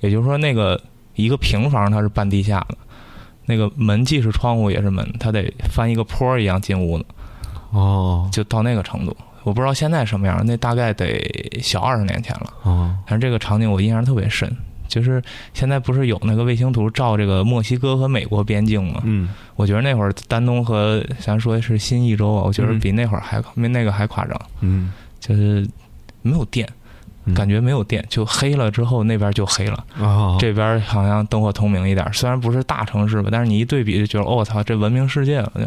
Speaker 2: 也就是说那个一个平房它是半地下的，那个门既是窗户也是门，他得翻一个坡儿一样进屋子，
Speaker 1: 哦
Speaker 2: 就到那个程度。我不知道现在什么样，那大概得小二十年前了。
Speaker 1: 哦
Speaker 2: 反正这个场景我印象特别深，就是现在不是有那个卫星图照这个墨西哥和美国边境吗？
Speaker 1: 嗯
Speaker 2: 我觉得那会儿丹东和咱说是新一州啊，我觉得比那会儿还没那个还夸张，
Speaker 1: 嗯
Speaker 2: 就是没有电
Speaker 1: 嗯，
Speaker 2: 感觉没有电，就黑了之后那边就黑了，
Speaker 1: 哦
Speaker 2: 这边好像灯火通明一点。虽然不是大城市吧，但是你一对比就觉得，哦我、操，这文明世界了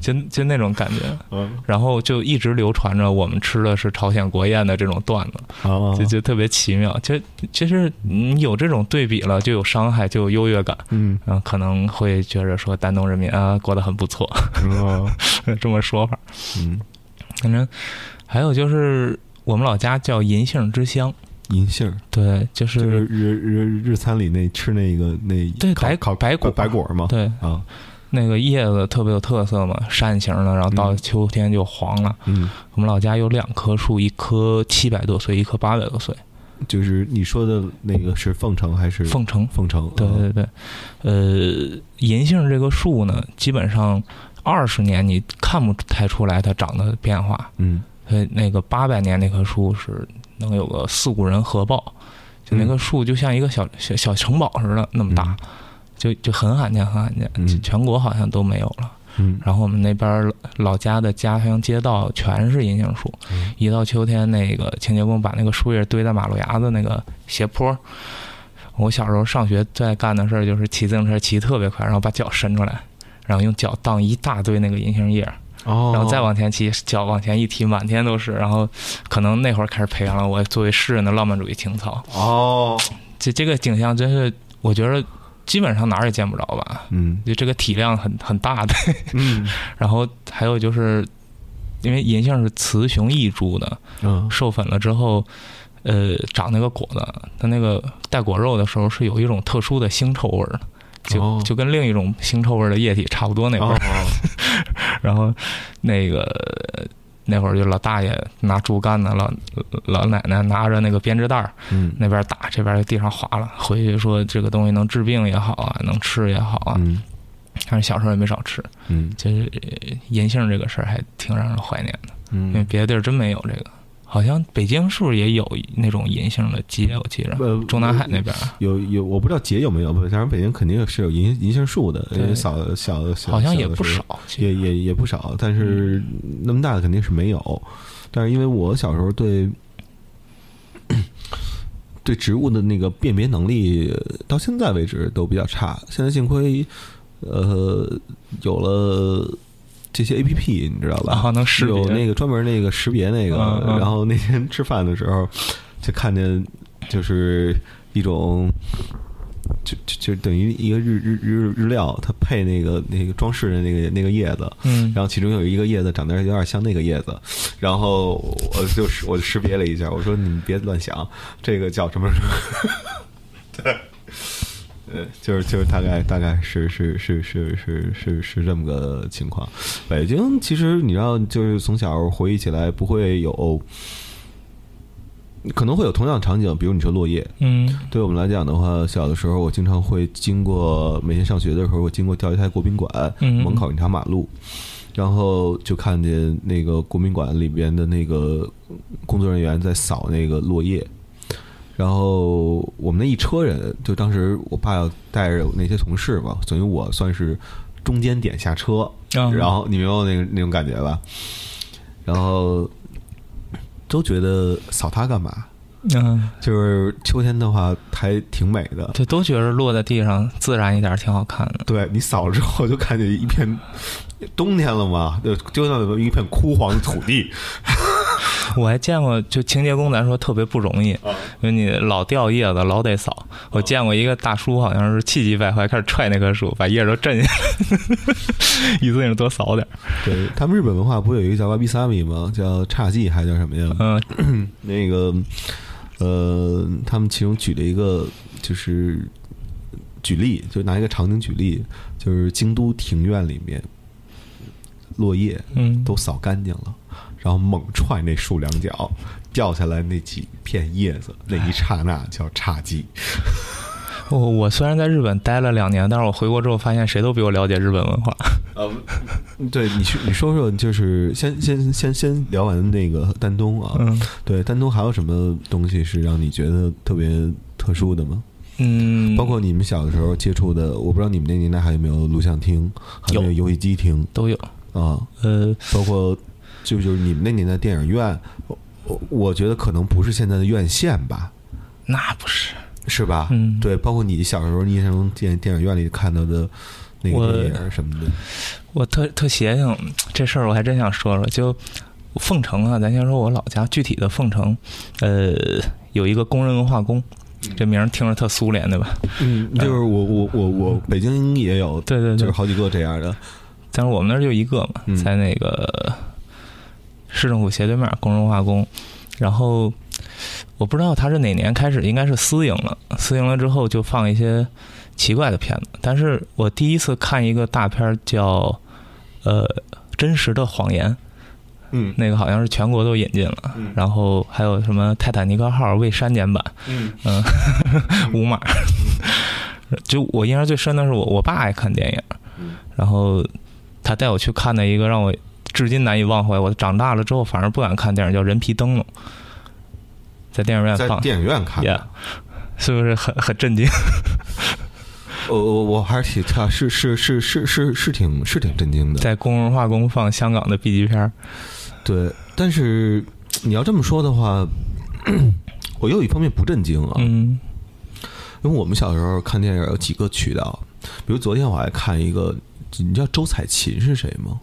Speaker 2: 就，就就那种感觉。
Speaker 1: 嗯
Speaker 2: 然后就一直流传着我们吃的是朝鲜国宴的这种段子，
Speaker 1: 哦
Speaker 2: 就就特别奇妙。就其实你有这种对比了，就有伤害，就有优越感。
Speaker 1: 嗯
Speaker 2: 嗯，可能会觉着说丹东人民啊过得很不错，
Speaker 1: 哦
Speaker 2: 这么说法。
Speaker 1: 嗯，
Speaker 2: 反正还有就是我们老家叫银杏之乡，
Speaker 1: 银杏儿
Speaker 2: 对，
Speaker 1: 就
Speaker 2: 就
Speaker 1: 是是日日日餐里那吃那个那
Speaker 2: 对
Speaker 1: 烤
Speaker 2: 白
Speaker 1: 烤
Speaker 2: 白果
Speaker 1: 白果吗？
Speaker 2: 对
Speaker 1: 啊
Speaker 2: 那个叶子特别有特色嘛，扇形的，然后到
Speaker 1: 嗯
Speaker 2: 秋天就黄了。
Speaker 1: 嗯，
Speaker 2: 我们老家有两棵树，一棵七百多岁，一棵八百多岁，
Speaker 1: 就是你说的那个是凤城还是
Speaker 2: 凤城。
Speaker 1: 凤城？
Speaker 2: 对对对，呃，银杏这个树呢，基本上二十年你看不太出来它长得变化，
Speaker 1: 嗯
Speaker 2: 所以那个八百年那棵树是能有个四五人合抱，就那棵树就像一个小小小城堡似的那么大，就就很罕见很罕见，
Speaker 1: 嗯
Speaker 2: 全国好像都没有了。
Speaker 1: 嗯
Speaker 2: 然后我们那边儿老家的家乡街道全是银杏树，
Speaker 1: 嗯
Speaker 2: 一到秋天，那个清洁工把那个树叶堆在马路牙子那个斜坡儿。我小时候上学最爱干的事儿就是骑自行车骑特别快，然后把脚伸出来，然后用脚荡一大堆那个银杏叶儿，
Speaker 1: 哦，
Speaker 2: 然后再往前骑，脚往前一踢，满天都是。然后可能那会儿开始培养了我作为诗人的浪漫主义情操。
Speaker 1: 哦
Speaker 2: 这这个景象真是，我觉得基本上哪儿也见不着吧。
Speaker 1: 嗯
Speaker 2: 就这个体量很很大的，
Speaker 1: 嗯
Speaker 2: 然后还有就是，因为银杏是雌雄异株的，
Speaker 1: 嗯
Speaker 2: 授粉了之后，呃，长那个果子，它那个带果肉的时候是有一种特殊的腥臭味儿的，就、
Speaker 1: 哦
Speaker 2: 就跟另一种腥臭味儿的液体差不多那味儿。
Speaker 1: 哦
Speaker 2: 然后那个那会儿就老大爷拿竹竿子，老老奶奶拿着那个编织袋儿，
Speaker 1: 嗯
Speaker 2: 那边打，这边地上划了。回去说这个东西能治病也好啊，能吃也好啊，
Speaker 1: 嗯
Speaker 2: 但是小时候也没少吃。
Speaker 1: 嗯
Speaker 2: 就是呃银杏这个事儿还挺让人怀念的，因为
Speaker 1: 嗯，
Speaker 2: 别的地儿真没有这个。好像北京是不是也有那种银杏的街？我记着，
Speaker 1: 呃
Speaker 2: 中南海那边儿
Speaker 1: 有有，我不知道姐有没有，不，反正北京肯定是有银银杏树的，因为
Speaker 2: 对
Speaker 1: 小小小
Speaker 2: 好像也
Speaker 1: 小的
Speaker 2: 不
Speaker 1: 时候也
Speaker 2: 少。其实
Speaker 1: 也也不少，但是那么大的肯定是没有。但是因为我小时候对对植物的那个辨别能力，呃到现在为止都比较差。现在幸亏呃有了这些 A P P，你知道吧？
Speaker 2: 啊，能识别
Speaker 1: 有那个专门那个识别那个。
Speaker 2: 嗯嗯
Speaker 1: 然后那天吃饭的时候，就看见就是一种。就就就等于一个日日日日料，它配那个那个装饰的那个那个叶子，
Speaker 2: 嗯，
Speaker 1: 然后其中有一个叶子长得有点像那个叶子，然后我就是我就识别了一下，我说你们别乱想，这个叫什么什 么，对，呃，就是就是大概大概是是是是是是是这么个情况。北京其实你要就是从小回忆起来，不会有，可能会有同样场景，比如你说落叶，
Speaker 2: 嗯
Speaker 1: 对我们来讲的话，小的时候我经常会经过，每天上学的时候我经过钓鱼台国宾馆
Speaker 2: 嗯
Speaker 1: 门口那条马路，然后就看见那个国宾馆里边的那个工作人员在扫那个落叶，然后我们那一车人，就当时我爸要带着那些同事嘛，等于我算是中间点下车，
Speaker 2: 嗯
Speaker 1: 然后你明白我那个那种感觉吧？然后都觉得扫它干嘛？
Speaker 2: 嗯，
Speaker 1: 就是秋天的话还挺美的，
Speaker 2: 就都觉着落在地上自然一点儿挺好看的。
Speaker 1: 对你扫了之后就看见一片冬天了嘛， 就就像一片枯黄的土地，
Speaker 2: 我还见过，就清洁工咱说特别不容易，
Speaker 1: 啊
Speaker 2: 就你老掉叶子，老得扫。我见过一个大叔，好像是气急败坏，开始踹那棵树，把叶儿都震下 来，一次性多扫点儿。
Speaker 1: 对他们日本文化不是有一个叫哇比萨米吗？叫侘寂还叫什么呀？
Speaker 2: 嗯
Speaker 1: 那个呃，他们其中举了一个就是举例，就拿一个场景举例，就是京都庭院里面落叶
Speaker 2: 嗯，
Speaker 1: 都扫干净了，然后猛踹那树两脚，掉下来那几片叶子，那一刹那叫侘寂。
Speaker 2: 我我虽然在日本待了两年，但是我回国之后发现谁都比我了解日本文化。
Speaker 1: 呃，对你去你说说，就是先先先先聊完那个丹东啊，
Speaker 2: 嗯
Speaker 1: 对丹东还有什么东西是让你觉得特别特殊的吗？
Speaker 2: 嗯，
Speaker 1: 包括你们小的时候接触的，我不知道你们那年代还有没有录像厅，还有没有游戏机厅
Speaker 2: 都有。
Speaker 1: 啊，
Speaker 2: 呃，
Speaker 1: 包括就就是你们那年代电影院，我我我觉得可能不是现在的院线吧，
Speaker 2: 那不是，
Speaker 1: 是吧？
Speaker 2: 嗯
Speaker 1: 对，包括你小时候你印象中电电影院里看到的那
Speaker 2: 我
Speaker 1: 个电影什么的，
Speaker 2: 我特特邪性，这事儿我还真想说说。就凤城啊，咱先说我老家具体的凤城，呃，有一个工人文化宫，这名儿听着特苏联对吧？
Speaker 1: 嗯，就是我我我我北京也有，
Speaker 2: 对对
Speaker 1: 就是
Speaker 2: 对，
Speaker 1: 好几个这样的，
Speaker 2: 但是我们那儿就一个嘛
Speaker 1: 嗯，
Speaker 2: 在那个市政府斜对面工人文化宫，然后。我不知道他是哪年开始，应该是私营了。私营了之后就放一些奇怪的片子。但是我第一次看一个大片儿叫呃《真实的谎言》，
Speaker 1: 嗯
Speaker 2: 那个好像是全国都引进了，
Speaker 1: 嗯
Speaker 2: 然后还有什么《泰坦尼克号》未删减版，
Speaker 1: 嗯
Speaker 2: 嗯，五码。 就我印象最深的是我我爸爱看电影，
Speaker 1: 嗯
Speaker 2: 然后他带我去看的一个让我至今难以忘怀，我长大了之后反而不敢看电影，叫《人皮灯笼》，在电影院
Speaker 1: 在
Speaker 2: 放，
Speaker 1: 电影院看的，
Speaker 2: yeah, 是不是很很震惊？
Speaker 1: 我我我还是挺他是是是是是是挺是挺震惊的，
Speaker 2: 在工人化工放香港的 B 级片儿，
Speaker 1: 对，但是你要这么说的话， 我又有一方面不震惊啊，
Speaker 2: 嗯
Speaker 1: 因为我们小时候看电影有几个渠道，比如昨天我还看一个，你知道周采芹是谁吗？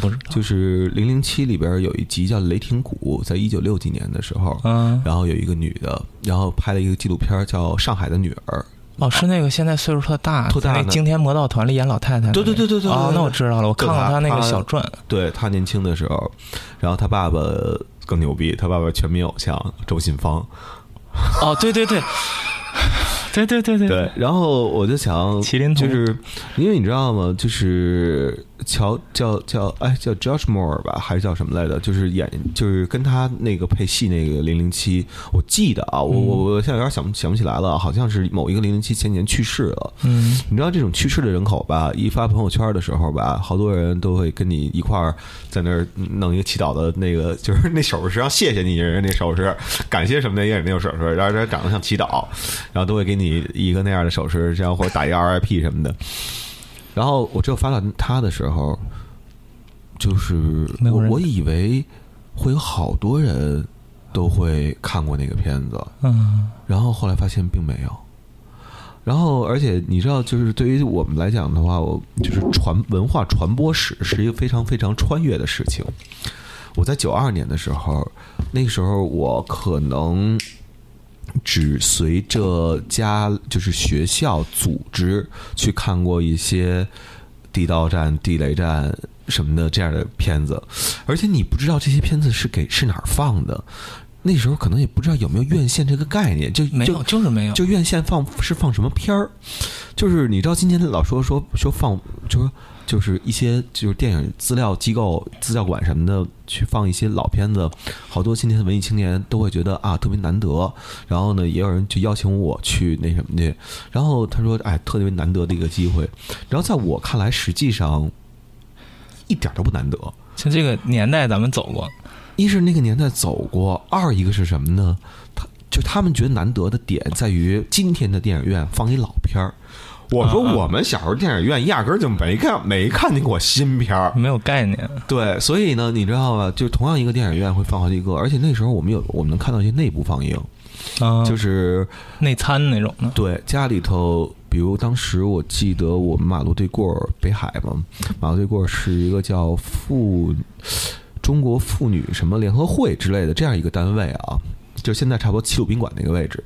Speaker 2: 不知道，
Speaker 1: 就是《零零七》里边有一集叫《雷霆鼓》，在一九六几年的时候，
Speaker 2: 嗯，
Speaker 1: 然后有一个女的，然后拍了一个纪录片叫《上海的女儿
Speaker 2: 哦，是那个现在岁数特大，
Speaker 1: 特大
Speaker 2: 在那
Speaker 1: 的
Speaker 2: 《惊天魔盗团》里演老太太的那个，
Speaker 1: 对对对对对对
Speaker 2: 哦，
Speaker 1: 对
Speaker 2: 那我知道了，我看过他那个
Speaker 1: 就他
Speaker 2: 小传，》。
Speaker 1: 对她年轻的时候，然后她爸爸更牛逼，她爸爸全民偶像周信芳。
Speaker 2: 哦，对对对，对对对对，
Speaker 1: 对，然后我就想，
Speaker 2: 麒麟童
Speaker 1: 就是嗯因为你知道吗？就是乔叫叫哎叫 Josh Moore 吧，还是叫什么来着？就是演就是跟他那个配戏那个零零七，我记得啊，我我我现在有点想不想不起来了，好像是某一个零零七前年去世了。
Speaker 2: 嗯，
Speaker 1: 你知道这种去世的人口吧，一发朋友圈的时候吧，好多人都会跟你一块儿在那儿弄一个祈祷的那个，就是那手势，让谢谢你人家那手势，感谢什么的也是那种手势，然后他长得像祈祷，然后都会给你一个那样的手势，这样或者打一个 RIP 什么的。然后我只有发到他的时候，就是
Speaker 2: 没有
Speaker 1: 我
Speaker 2: 人
Speaker 1: 我以为会有好多人都会看过那个片子，
Speaker 2: 嗯，
Speaker 1: 然后后来发现并没有。然后，而且你知道，就是对于我们来讲的话，我就是传文化传播史是一个非常非常穿越的事情。我在九二年的时候，那个时候我可能只随着家就是学校组织去看过一些地道战、地雷战什么的这样的片子，而且你不知道这些片子是给是哪儿放的，那时候可能也不知道有没有院线这个概念，就
Speaker 2: 没
Speaker 1: 就
Speaker 2: 有，就是没有，
Speaker 1: 就院线放是放什么片儿？就是你知道今天老说说说放，就说就是一些就是电影资料机构、资料馆什么的去放一些老片子，好多今天的文艺青年都会觉得啊特别难得。然后呢，也有人就邀请我去那什么去，然后他说哎特别难得的一个机会。然后在我看来，实际上一点都不难得。
Speaker 2: 就这个年代咱们走过，
Speaker 1: 一是那个年代走过，二一个是什么呢？它就他们觉得难得的点在于今天的电影院放一老片儿。我说
Speaker 2: 啊啊
Speaker 1: 我们小时候电影院压根儿就没看没看见过新片儿，
Speaker 2: 没有概念，
Speaker 1: 对，所以呢，你知道吧？就同样一个电影院会放好几个，而且那时候我们有我们能看到一些内部放映，
Speaker 2: 啊，
Speaker 1: 就是
Speaker 2: 内参那种的，
Speaker 1: 对家里头，比如当时我记得我们马路对过儿北海嘛，马路对过儿是一个叫妇中国妇女什么联合会之类的这样一个单位啊，就现在差不多齐鲁宾馆那个位置。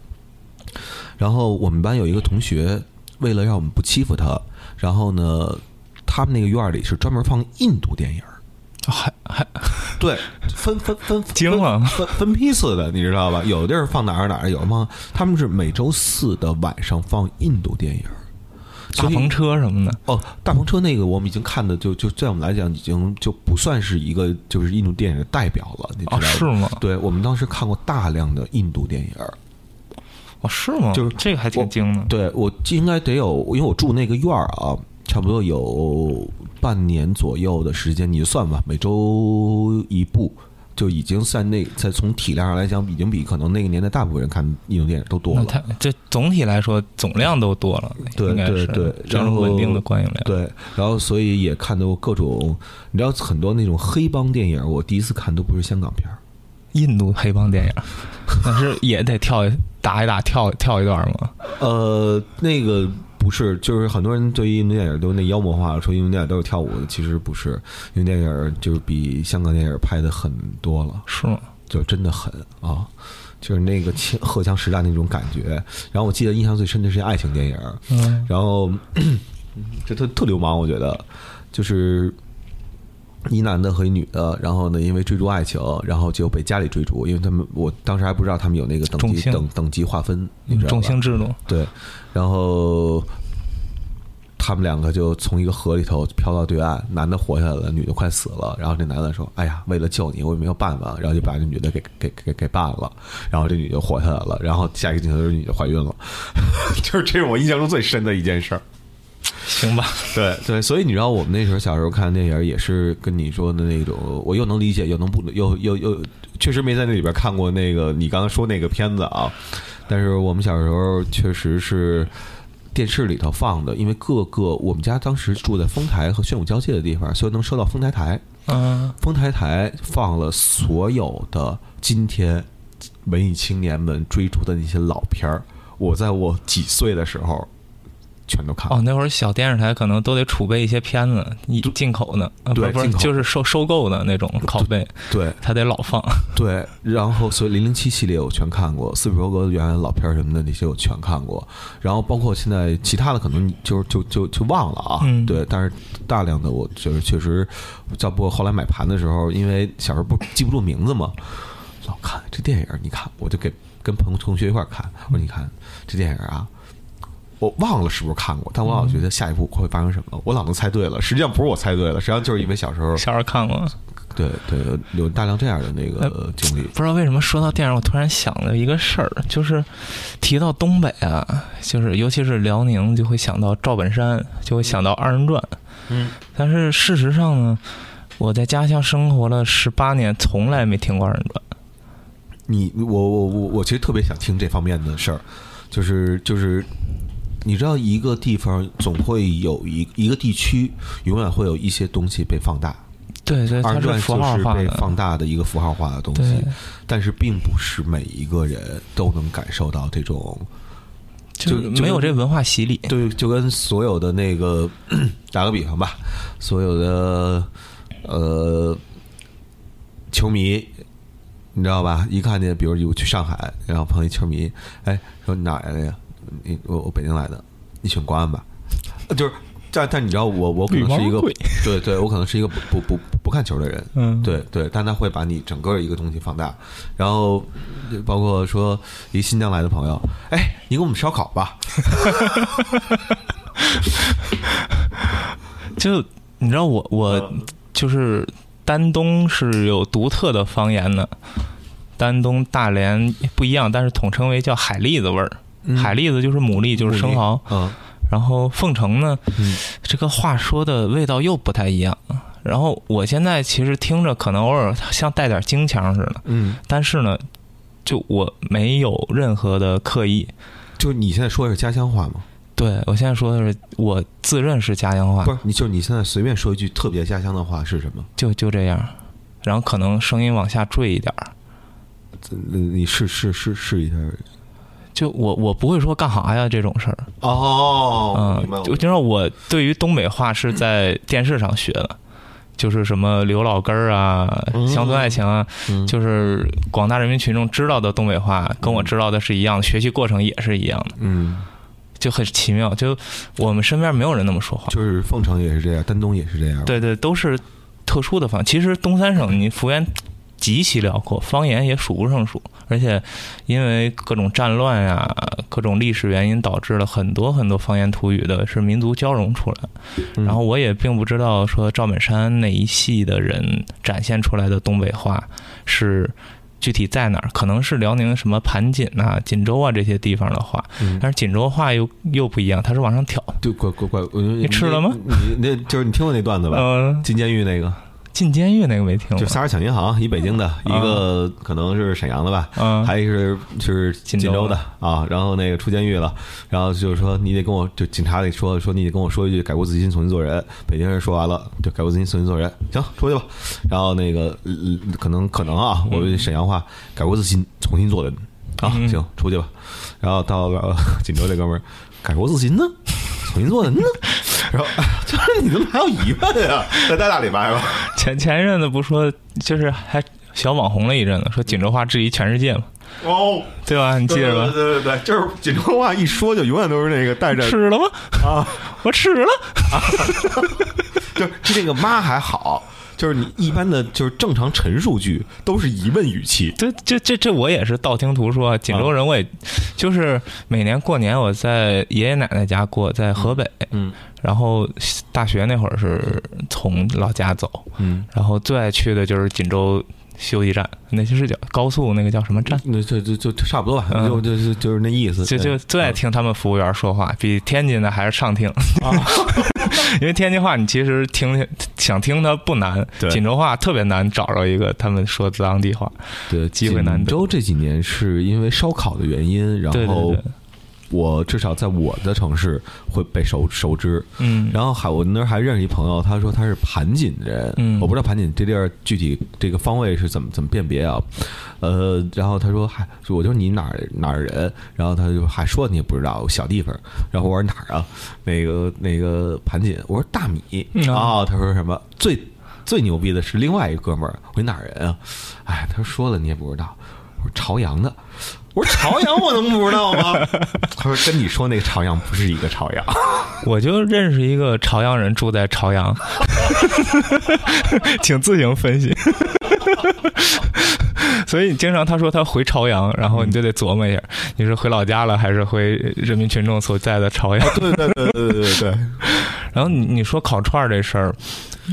Speaker 1: 然后我们班有一个同学，为了让我们不欺负他，然后呢，他们那个院儿里是专门放印度电影儿。
Speaker 2: 还还
Speaker 1: 对，分分分
Speaker 2: 惊了
Speaker 1: 分分批次的，你知道吧？有的地儿放哪儿哪儿，有的放他们是每周四的晚上放印度电影儿，
Speaker 2: 大
Speaker 1: 所以
Speaker 2: 篷车什么的，
Speaker 1: 哦，大篷车那个我们已经看的就就在我们来讲已经就不算是一个就是印度电影的代表了，你知道
Speaker 2: 哦，
Speaker 1: 吗？
Speaker 2: 是吗？
Speaker 1: 对，我们当时看过大量的印度电影儿，
Speaker 2: 哦，是吗？
Speaker 1: 就是
Speaker 2: 这个还挺惊的，
Speaker 1: 对我应该得有，因为我住那个院儿啊，差不多有半年左右的时间，你就算吧，每周一部，就已经在那在从体量上来讲，已经比可能那个年代大部分人看印度电影都多
Speaker 2: 那
Speaker 1: 了。
Speaker 2: 它这总体来说总量都多了，
Speaker 1: 对
Speaker 2: 应该是
Speaker 1: 对对
Speaker 2: 这
Speaker 1: 然
Speaker 2: 种
Speaker 1: 后
Speaker 2: 稳定的观影量，
Speaker 1: 对，然后所以也看到过各种，你知道很多那种黑帮电影，我第一次看都不是香港片儿，
Speaker 2: 印度黑帮电影，但是也得跳一打一打跳跳一段嘛，
Speaker 1: 呃，那个不是，就是很多人对于印度电影都那妖魔化，说印度电影都是跳舞的，其实不是，印度电影就是比香港电影拍的很多了。
Speaker 2: 是吗？
Speaker 1: 就真的狠啊，就是那个青荷枪实弹那种感觉。然后我记得印象最深的是爱情电影，
Speaker 2: 嗯，
Speaker 1: 然后 这特特流氓，我觉得就是一男的和一女的，然后呢因为追逐爱情，然后就被家里追逐，因为他们我当时还不知道他们有那个等
Speaker 2: 众
Speaker 1: 级
Speaker 2: 星
Speaker 1: 等等级划分，你知道吧
Speaker 2: 众星制度，
Speaker 1: 对，然后。他们两个就从一个河里头飘到对岸，男的活下来了，女的快死了。然后这男的说：“哎呀，为了救你，我也没有办法。”然后就把这女的给给给给办了。然后这女的活下来了。然后下一个镜头就是女的怀孕了， 就是这是我印象中最深的一件事儿。
Speaker 2: 行吧？
Speaker 1: 对对，所以你知道我们那时候小时候看电影也是跟你说的那种，我又能理解又能不又又又确实没在那里边看过那个你刚刚说那个片子啊，但是我们小时候确实是。电视里头放的，因为各个我们家当时住在丰台和宣武交界的地方，所以能收到丰台台。
Speaker 2: 嗯，
Speaker 1: 丰台台放了所有的今天文艺青年们追逐的那些老片儿，我在我几岁的时候全都看了。
Speaker 2: 哦，那会儿小电视台可能都得储备一些片子，一
Speaker 1: 对
Speaker 2: 进口的，啊、不
Speaker 1: 对
Speaker 2: 是不是
Speaker 1: 进口
Speaker 2: 就是收收购的那种拷贝，
Speaker 1: 对，
Speaker 2: 它得老放。
Speaker 1: 对，然后所以零零七系列我全看过，斯皮伯格原来的老片儿什么的那些我全看过，然后包括现在其他的可能就就就就忘了啊，
Speaker 2: 嗯
Speaker 1: 对，但是大量的我就是确实，再不过后来买盘的时候，因为小时候不记不住名字嘛，老看这电影，你看我就给跟朋友同学一块儿看，我说你看这电影啊。我忘了是不是看过，但我老觉得下一步会发生什么，我老能猜对了。实际上不是我猜对了，实际上就是因为小时候，
Speaker 2: 小时候看过，
Speaker 1: 对对，有有大量这样的那个经历。
Speaker 2: 不知道为什么说到电影，我突然想了一个事儿，就是提到东北啊，就是尤其是辽宁，就会想到赵本山，就会想到二人转。
Speaker 1: 嗯，
Speaker 2: 但是事实上呢，我在家乡生活了十八年，从来没听过二人转。
Speaker 1: 你我我我我其实特别想听这方面的事儿，就是就是，你知道一个地方总会有一一个地区，永远会有一些东西被放大，
Speaker 2: 对对，
Speaker 1: 二
Speaker 2: 它
Speaker 1: 人转
Speaker 2: 符号
Speaker 1: 就是
Speaker 2: 化
Speaker 1: 被
Speaker 2: 的。
Speaker 1: 放大的一个符号化的东
Speaker 2: 对
Speaker 1: 西，，但是并不是每一个人都能感受到这种，
Speaker 2: 就
Speaker 1: 就
Speaker 2: 没有这文化洗礼。
Speaker 1: 对，就跟所有的那个，打个比方吧，所有的呃球迷，你知道吧？一看见，比如我去上海，然后碰一球迷，哎，说你哪来的呀？你我我北京来的，你选国安吧？就是，但但你知道我我可能是一
Speaker 2: 绿
Speaker 1: 个
Speaker 2: 毛鬼，
Speaker 1: 对对，我可能是一个不不不不看球的人，
Speaker 2: 嗯，
Speaker 1: 对对，但他会把你整个一个东西放大，然后呃包括说一新疆来的朋友，哎，你给我们烧烤吧，
Speaker 2: 就你知道我我
Speaker 1: 嗯
Speaker 2: 就是丹东是有独特的方言的，丹东大连不一样，但是统称为叫海蛎子味儿。嗯海蛎子就是牡蛎，就是生蚝。
Speaker 1: 嗯，
Speaker 2: 然后凤城呢，
Speaker 1: 嗯
Speaker 2: 这个话说的味道又不太一样。然后我现在其实听着可能偶尔像带点京腔似的，
Speaker 1: 嗯
Speaker 2: 但是呢，就我没有任何的刻意。
Speaker 1: 就是你现在说的是家乡话吗？
Speaker 2: 对我现在说的是我自认是家乡话，
Speaker 1: 不是，你就是你现在随便说一句特别家乡的话是什么？
Speaker 2: 就就这样，然后可能声音往下坠一点儿。
Speaker 1: 呃你试试试试一下。
Speaker 2: 就我我不会说干哈呀这种事儿，
Speaker 1: 哦
Speaker 2: 嗯，就就是我对于东北话是在电视上学的，就是什么刘老根儿啊、
Speaker 1: 嗯
Speaker 2: 乡村爱情啊，
Speaker 1: 嗯
Speaker 2: 就是广大人民群众知道的东北话，跟我知道的是一样的，学习过程也是一样的，
Speaker 1: 嗯，
Speaker 2: 就很奇妙。就我们身边没有人那么说话，
Speaker 1: 就是凤城也是这样，丹东也是这样。，
Speaker 2: 对对，都是特殊的方。其实东三省你幅员极其辽阔，方言也数不胜数，而且因为各种战乱呀、各种历史原因，导致了很多很多方言土语的是民族交融出来。
Speaker 1: 嗯
Speaker 2: 然后我也并不知道说赵本山那一系的人展现出来的东北话是。具体在哪儿？可能是辽宁什么盘锦呐、锦州啊这些地方的话，
Speaker 1: 嗯
Speaker 2: 但是锦州话又又不一样，它是往上挑。
Speaker 1: 对，怪怪怪，我你
Speaker 2: 你吃了吗
Speaker 1: 你那就是你听过那段子吧？
Speaker 2: 嗯、
Speaker 1: 进监狱那个，
Speaker 2: 进监狱那个没听过，
Speaker 1: 就仨人抢银行，一北京的，一个可能是沈阳的吧，
Speaker 2: 嗯、
Speaker 1: 还有一个是就是锦
Speaker 2: 锦州
Speaker 1: 州的啊。然后那个出监狱了，然后就是说你得跟我，就警察得说说你得跟我说一句改过自新，重新做人。北京人说完了，就改过自新，重新做人，行，出去吧。然后那个呃可能可能啊，我们沈阳话改过自新，重新做人啊，
Speaker 2: 嗯
Speaker 1: 行，出去吧。然后到了呃锦州这哥们儿，改过自新呢，重新做人呢。 然后就是你怎么还有疑问啊？在大大礼拜吧。
Speaker 2: 前前一阵子不说，就是还小网红了一阵子，说锦州话质疑全世界嘛，
Speaker 1: 哦，
Speaker 2: 嗯对吧？你记着吧？
Speaker 1: 对对对，就是锦州话一说就永远都是那个带着，
Speaker 2: 吃了吗？
Speaker 1: 啊，
Speaker 2: 我吃了。
Speaker 1: 就是这个妈还好，就是你一般的就是正常陈述句都是疑问语气。
Speaker 2: 这这这这我也是道听途说，啊锦州人我也，就是每年过年我在爷爷奶奶家过，在河北，
Speaker 1: 嗯
Speaker 2: 然后大学那会儿是从老家走，
Speaker 1: 嗯，
Speaker 2: 然后最爱去的就是锦州休息站，那就是叫高速那个叫什么站？
Speaker 1: 那就就就就差不多吧，
Speaker 2: 嗯
Speaker 1: 就就就就是那意思。
Speaker 2: 就就最
Speaker 1: 嗯
Speaker 2: 爱听他们服务员说话，比天津的还是上听，
Speaker 1: 啊
Speaker 2: 因为天津话你其实听听想听它不难
Speaker 1: 对，
Speaker 2: 锦州话特别难找着一个他们说当地话。
Speaker 1: 对，
Speaker 2: 机会难得
Speaker 1: 锦州这几年是因为烧烤的原因，然
Speaker 2: 对对
Speaker 1: 后
Speaker 2: 对，
Speaker 1: 我至少在我的城市会被熟熟知。
Speaker 2: 嗯，
Speaker 1: 然后还我那儿还认识一朋友，他说他是盘锦人，
Speaker 2: 嗯
Speaker 1: 我不知道盘锦这地儿具体这个方位是怎么怎么辨别啊，呃，然后他说还我就你哪儿哪儿人，然后他就还说你也不知道小地方，然后我说哪儿啊，那个那个盘锦，我说大米
Speaker 2: 嗯
Speaker 1: 啊、他说什么最最牛逼的是另外一个哥们儿，我说你哪儿人啊？哎，他说了你也不知道，我说朝阳的。我说朝阳，我能不知道吗？ 他说跟你说那个朝阳不是一个朝阳，
Speaker 2: 我就认识一个朝阳人住在朝阳， 请自行分析。 所以你经常他说他回朝阳，然后你就得琢磨一下，你是回老家了，还是回人民群众所在的朝阳？
Speaker 1: 对对对对对对 对，
Speaker 2: 然后你你说烤串儿这事儿，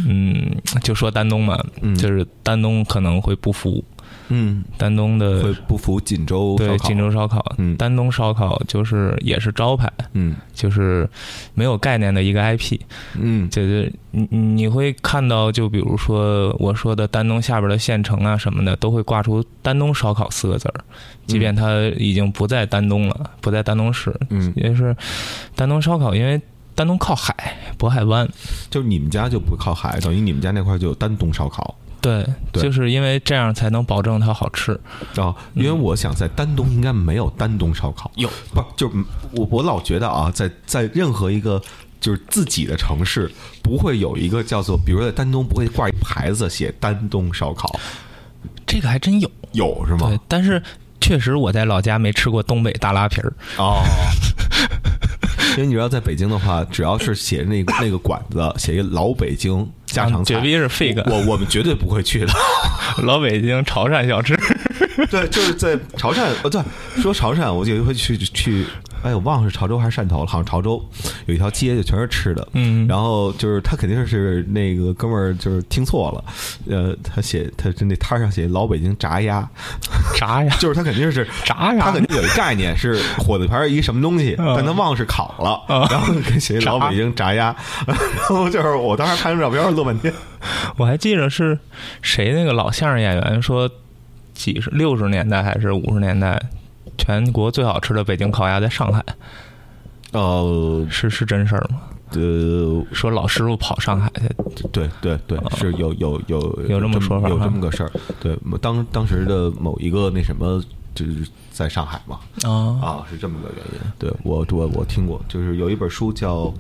Speaker 2: 嗯，就说丹东嘛，
Speaker 1: 嗯
Speaker 2: 就是丹东可能会不服
Speaker 1: 嗯，
Speaker 2: 丹东
Speaker 1: 会
Speaker 2: 的
Speaker 1: 不服锦州烧
Speaker 2: 对
Speaker 1: 烤
Speaker 2: 锦，州烧烤，
Speaker 1: 嗯
Speaker 2: 丹东烧烤就是也是招牌，
Speaker 1: 嗯
Speaker 2: 就是没有概念的一个 IP，
Speaker 1: 嗯
Speaker 2: 就是你你你会看到，就比如说我说的丹东下边的县城啊什么的，都会挂出“丹东烧烤”四个字儿，即便它已经不在丹东了，不在丹东市，
Speaker 1: 嗯，
Speaker 2: 也是丹东烧烤，因为丹东靠海，渤海湾。
Speaker 1: 就是你们家就不靠海，等于你们家那块就有丹东烧烤
Speaker 2: 对，
Speaker 1: 对
Speaker 2: 就是因为这样才能保证它好吃。
Speaker 1: 哦，因为
Speaker 2: 嗯
Speaker 1: 我想在丹东应该没有丹东烧烤，
Speaker 2: 有
Speaker 1: 不是就我我老觉得啊，在在任何一个。就是自己的城市不会有一个叫做，比如说在丹东不会挂一牌子写丹东烧烤，
Speaker 2: 这个还真有，
Speaker 1: 有是吗
Speaker 2: 对？，但是确实我在老家没吃过东北大拉皮儿。
Speaker 1: 哦， 因为你知道，在北京的话，只要是写那个那个馆子，写一个老北京家常菜，
Speaker 2: 啊绝逼是 fake
Speaker 1: 我我们绝对不会去的。
Speaker 2: 老北京潮汕小吃，
Speaker 1: 对，就是在潮汕，呃，对，说潮汕，我有一回去去，哎，我忘了是潮州还是汕头了，好像潮州有一条街就全是吃的，
Speaker 2: 嗯
Speaker 1: 然后就是他肯定是那个哥们儿就是听错了，呃，他写他那摊儿上写老北京炸鸭，
Speaker 2: 炸呀
Speaker 1: 就是他肯定 是
Speaker 2: 炸呀
Speaker 1: 他肯定有一概念是火腿排儿一什么东西，
Speaker 2: 嗯
Speaker 1: 但他忘是烤了
Speaker 2: 嗯，
Speaker 1: 然后给写老
Speaker 2: 炸
Speaker 1: 北京炸 鸭，然后就是我当时看张照片儿乐半天，
Speaker 2: 我还记着是谁那个老相声演员说，几十六十年代还是五十年代，全国最好吃的北京烤鸭在上海，
Speaker 1: 呃
Speaker 2: 是是真事儿吗？
Speaker 1: 呃，
Speaker 2: 说老师傅跑上海去，
Speaker 1: 对对对，是有有有
Speaker 2: 有这么说法
Speaker 1: 有
Speaker 2: 哈
Speaker 1: 这么个事儿。对，当当时的某一个那什么，就是在上海嘛，
Speaker 2: 啊，
Speaker 1: 啊，是这么个原因。对我我我听过，就是有一本书叫。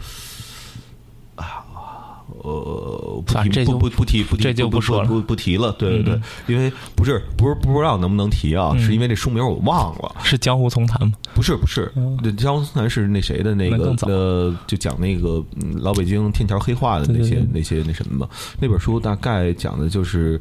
Speaker 1: 啊，呃，不
Speaker 2: 算
Speaker 1: 提
Speaker 2: 了这
Speaker 1: 不
Speaker 2: 就
Speaker 1: 不不提不提
Speaker 2: 这就
Speaker 1: 不
Speaker 2: 不说了
Speaker 1: 不不提了，对对对，因为不是不是不知道能不能提啊，
Speaker 2: 嗯
Speaker 1: 是因为这书名我忘了，
Speaker 2: 是江湖丛谈吗？
Speaker 1: 不是不是，对，江苏南是那谁的那
Speaker 2: 那
Speaker 1: 个
Speaker 2: 嗯更早
Speaker 1: 呃，就讲那个嗯老北京天桥黑化的那
Speaker 2: 对对
Speaker 1: 些
Speaker 2: 对
Speaker 1: 那些那什么嘛，那本书大概讲的就是。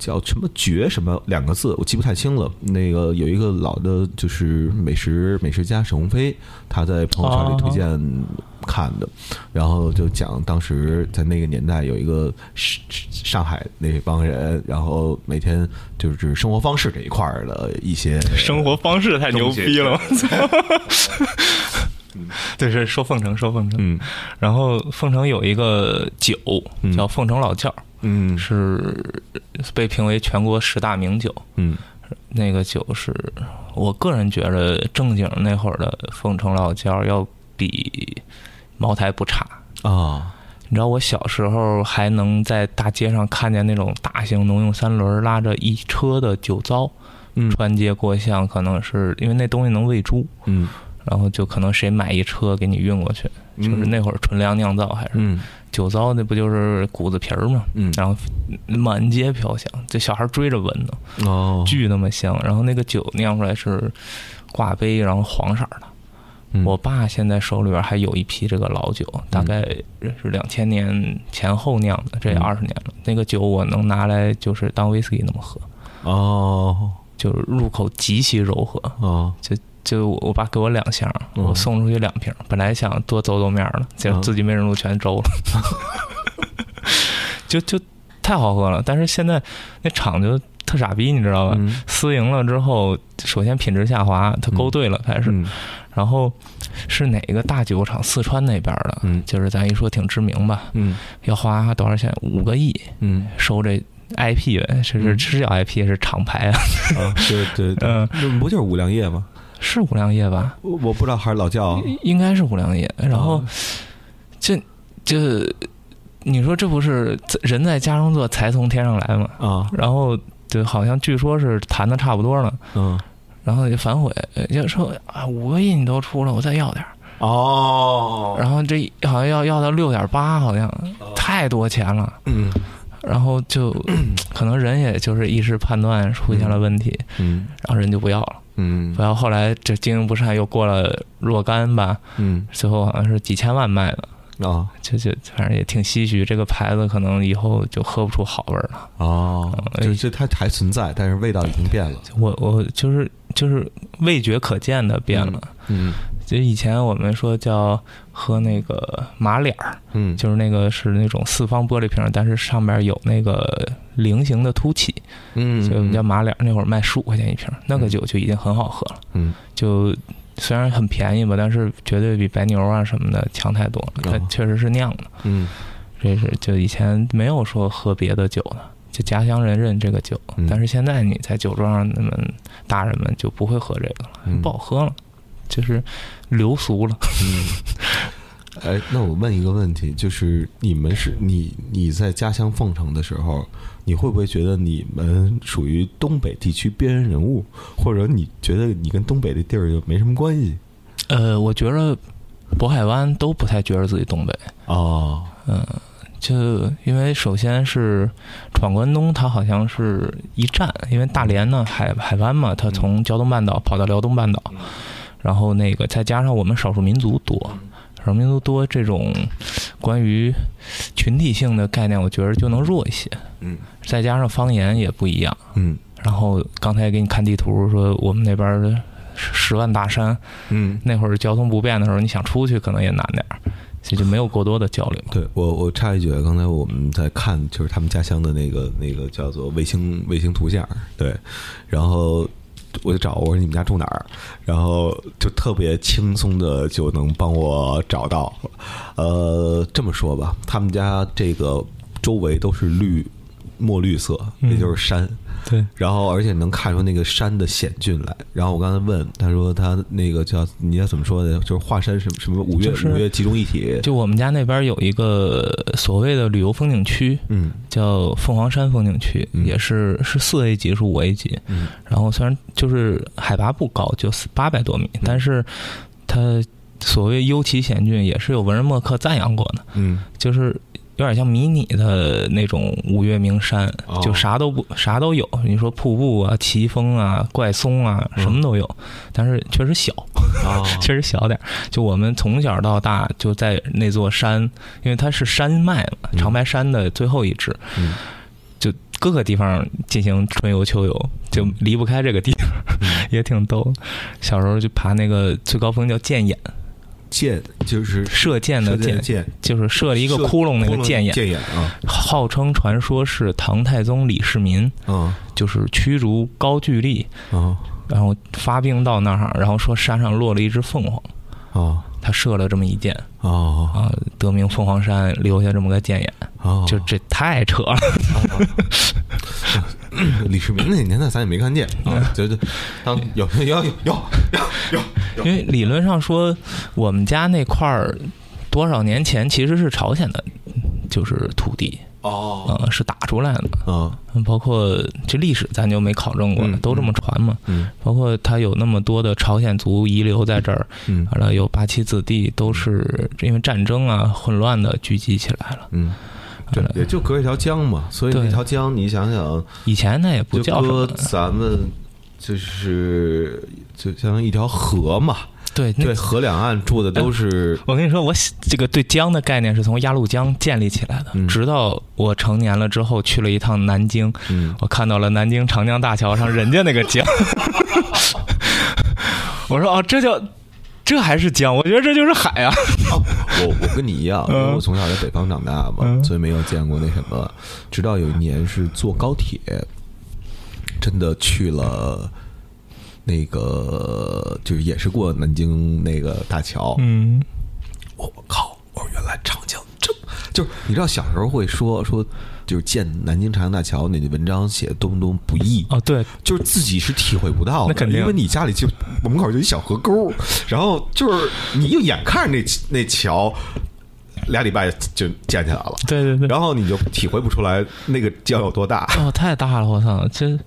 Speaker 1: 叫什么绝什么两个字，我记不太清了。那个有一个老的，就是美食美食家沈鸿飞，他在朋友
Speaker 2: 啊
Speaker 1: 圈里推荐看的，然后就讲当时在那个年代有一个上上海那帮人，然后每天就是生活方式这一块儿的一些
Speaker 2: 生活方式太牛逼了，我操！ 对，是说凤城，说凤城。
Speaker 1: 嗯
Speaker 2: 然后凤城有一个酒
Speaker 1: 嗯
Speaker 2: 叫凤城老窖，
Speaker 1: 嗯
Speaker 2: 是被评为全国十大名酒。
Speaker 1: 嗯
Speaker 2: 那个酒是我个人觉得正经那会儿的凤城老窖要比茅台不差。
Speaker 1: 啊，
Speaker 2: 你知道我小时候还能在大街上看见那种大型农用三轮拉着一车的酒糟
Speaker 1: 嗯
Speaker 2: 穿街过巷，可能是因为那东西能喂猪，
Speaker 1: 嗯，
Speaker 2: 然后就可能谁买一车给你运过去，就是那会儿纯粮酿造还是
Speaker 1: 嗯
Speaker 2: 酒糟那不就是谷子皮儿嘛，
Speaker 1: 嗯
Speaker 2: 然后满街飘香，这小孩追着闻呢，
Speaker 1: 哦，
Speaker 2: 巨那么香。然后那个酒酿出来是挂杯，然后黄色儿的。
Speaker 1: 嗯
Speaker 2: 我爸现在手里边还有一批这个老酒，大概是两千年前后酿的，这也
Speaker 1: 嗯
Speaker 2: 二十年了。那个酒我能拿来就是当威士忌那么喝，
Speaker 1: 哦
Speaker 2: 就是入口极其柔和。
Speaker 1: 哦
Speaker 2: 就我我爸给我两箱，
Speaker 1: 嗯
Speaker 2: 我送出去两瓶，本来想多走走面儿的，结果
Speaker 1: 嗯
Speaker 2: 自己没忍住全周了， 就就太好喝了。但是现在那厂就特傻逼，你知道吧？
Speaker 1: 嗯
Speaker 2: 私营了之后，首先品质下滑，它勾兑了开始，
Speaker 1: 嗯
Speaker 2: 然后是哪个大酒厂，四川那边的，
Speaker 1: 嗯
Speaker 2: 就是咱一说挺知名吧，
Speaker 1: 嗯
Speaker 2: 要花多少钱？五个亿
Speaker 1: 嗯
Speaker 2: 收这 IP 呗，这是
Speaker 1: 嗯
Speaker 2: 是叫 IP 是厂牌啊，
Speaker 1: 啊，对对对，
Speaker 2: 嗯，
Speaker 1: 那不就是五粮液吗？嗯
Speaker 2: 是五粮液吧？
Speaker 1: 我我不知道还是老窖啊
Speaker 2: 应应该是五粮液。然
Speaker 1: 哦
Speaker 2: 后这这，你说这不是人在家中坐，财从天上来嘛？
Speaker 1: 啊，
Speaker 2: 然后就好像据说是谈的差不多了，
Speaker 1: 嗯
Speaker 2: 然后就反悔，就说啊五个亿你都出了，我再要点儿。
Speaker 1: 哦，
Speaker 2: 然后这好像要要到六点八，好像太多钱了。
Speaker 1: 嗯
Speaker 2: 然后就可能人也就是一时判断出现了问题，
Speaker 1: 嗯
Speaker 2: 然后人就不要了。
Speaker 1: 嗯
Speaker 2: 不要后来这经营不善，又过了若干吧，
Speaker 1: 嗯
Speaker 2: 最后好像是几千万卖的。
Speaker 1: 啊
Speaker 2: 就就反正也挺唏嘘，这个牌子可能以后就喝不出好味儿了。
Speaker 1: 哦，就是这它还存在，但是味道已经变了。
Speaker 2: 我我就是就是味觉可见的变了。
Speaker 1: 嗯
Speaker 2: 就以前我们说叫喝那个马脸儿，
Speaker 1: 嗯
Speaker 2: 就是那个是那种四方玻璃瓶儿，但是上面有那个菱形的凸起，
Speaker 1: 嗯
Speaker 2: 所以我们叫马脸儿。那会儿卖十五块钱一瓶儿，那个酒就已经很好喝了。
Speaker 1: 嗯
Speaker 2: 就虽然很便宜吧，但是绝对比白牛啊什么的强太多了。它
Speaker 1: 哦
Speaker 2: 确实是酿的。
Speaker 1: 嗯
Speaker 2: 这是就以前没有说喝别的酒的，就家乡人认这个酒，
Speaker 1: 嗯
Speaker 2: 但是现在你在酒桌上，那么大人们就不会喝这个了，
Speaker 1: 嗯
Speaker 2: 不好喝了，就是流俗了。
Speaker 1: 哎，那我问一个问题，就是你们是你你在家乡凤城的时候，你会不会觉得你们属于东北地区边缘人物，或者你觉得你跟东北的地儿就没什么关系？
Speaker 2: 呃，我觉着渤海湾都不太觉得自己东北，
Speaker 1: 哦，
Speaker 2: 就因为首先是闯关东，它好像是一站，因为大连呢海海湾嘛，它从胶东半岛跑到辽东半岛，然后那个再加上我们少数民族多，少数民族多这种关于群体性的概念，我觉得就能弱一些，
Speaker 1: 嗯
Speaker 2: 再加上方言也不一样。
Speaker 1: 嗯
Speaker 2: 然后刚才给你看地图说我们那边儿的十万大山，
Speaker 1: 嗯，
Speaker 2: 那会儿交通不便的时候，你想出去可能也难点儿，所以就没有过多的交流。
Speaker 1: 对我我插一句，啊刚才我们在看就是他们家乡的那个那个叫做卫星卫星图像，对，然后。我就找我说你们家住哪儿，然后就特别轻松的就能帮我找到。呃，这么说吧，他们家这个周围都是绿墨绿色，也就是山。
Speaker 2: 嗯对，
Speaker 1: 然后而且能看出那个山的险峻来。然后我刚才问他说他那个叫你要怎么说的，就是华山什么什么五岳、
Speaker 2: 就是
Speaker 1: 五岳集中一体，
Speaker 2: 就我们家那边有一个所谓的旅游风景区，
Speaker 1: 嗯
Speaker 2: 叫凤凰山风景区，
Speaker 1: 嗯
Speaker 2: 也是是四 A 级，是五 A 级。
Speaker 1: 嗯
Speaker 2: 然后虽然就是海拔不高，就八百多米，
Speaker 1: 嗯
Speaker 2: 但是它所谓幽奇险峻，也是有文人墨客赞扬过的，
Speaker 1: 嗯，
Speaker 2: 就是有点像迷你的那种五岳名山，
Speaker 1: 哦
Speaker 2: 就啥都不啥都有。你说瀑布啊、奇峰啊、怪松啊，
Speaker 1: 嗯
Speaker 2: 什么都有，但是确实小，
Speaker 1: 啊，
Speaker 2: 确实小点儿。就我们从小到大就在那座山，因为它是山脉嘛，
Speaker 1: 嗯
Speaker 2: 长白山的最后一支，
Speaker 1: 嗯
Speaker 2: 就各个地方进行春游秋游，就离不开这个地方，
Speaker 1: 嗯
Speaker 2: 也挺逗。小时候就爬那个最高峰叫箭眼，
Speaker 1: 箭就是
Speaker 2: 射箭的箭，
Speaker 1: 箭，
Speaker 2: 就是射了一个
Speaker 1: 射
Speaker 2: 窟窿那
Speaker 1: 窟
Speaker 2: 个
Speaker 1: 窿
Speaker 2: 箭眼，
Speaker 1: 箭眼啊，
Speaker 2: 号称传说是唐太宗李世民
Speaker 1: 嗯
Speaker 2: 就是驱逐高句丽，
Speaker 1: 啊
Speaker 2: 然后发兵到那儿，然后说山上落了一只凤凰，
Speaker 1: 啊
Speaker 2: 他射了这么一箭。
Speaker 1: 啊
Speaker 2: 啊，得名凤凰山留下这么个剑眼，
Speaker 1: 啊！
Speaker 2: 就这太扯了。
Speaker 1: 李世民那年代咱也没看见啊，就就
Speaker 2: 嗯
Speaker 1: 当有有有有有有
Speaker 2: 因为理论上说，我们家那块儿多少年前其实是朝鲜的，就是土地，
Speaker 1: 哦
Speaker 2: 呃，是打出来的。
Speaker 1: 啊
Speaker 2: 包括这历史咱就没考证过了，
Speaker 1: 嗯
Speaker 2: 都这么传嘛。
Speaker 1: 嗯
Speaker 2: 包括他有那么多的朝鲜族遗留在这儿，
Speaker 1: 嗯
Speaker 2: 完了有八旗子弟，都是因为战争啊、混乱的聚集起来了。
Speaker 1: 嗯，对
Speaker 2: 完，了
Speaker 1: 也就隔一条江嘛，所以
Speaker 2: 对
Speaker 1: 那条江你想想，
Speaker 2: 以前那也不
Speaker 1: 就
Speaker 2: 叫什
Speaker 1: 搁
Speaker 2: 么，
Speaker 1: 咱们就是就相当于一条河嘛，
Speaker 2: 对那
Speaker 1: 对，河两岸住的都是
Speaker 2: 我跟你说，我喜这个对江的概念是从鸭绿江建立起来的，
Speaker 1: 嗯
Speaker 2: 直到我成年了之后去了一趟南京，
Speaker 1: 嗯
Speaker 2: 我看到了南京长江大桥上人家那个江， 我说哦，这叫这还是江？我觉得这就是海啊。
Speaker 1: 我我跟你一样，因
Speaker 2: 嗯
Speaker 1: 为我从小在北方长大嘛，
Speaker 2: 嗯
Speaker 1: 所以没有见过那什么。直到有一年是坐高铁，真的去了那个，就是也是过南京那个大桥。
Speaker 2: 嗯，
Speaker 1: 我靠！我说原来长江这么就是你知道小时候会说说就是建南京长江大桥那文章写多么多么不易
Speaker 2: 哦对，
Speaker 1: 就是自己是体会不到的，
Speaker 2: 那肯定
Speaker 1: 因为你家里就门口就一小河沟，然后就是你就眼看着那那桥俩礼拜就建起来了，
Speaker 2: 对对对
Speaker 1: 然后你就体会不出来那个江有多大。
Speaker 2: 哦，太大了，我操！这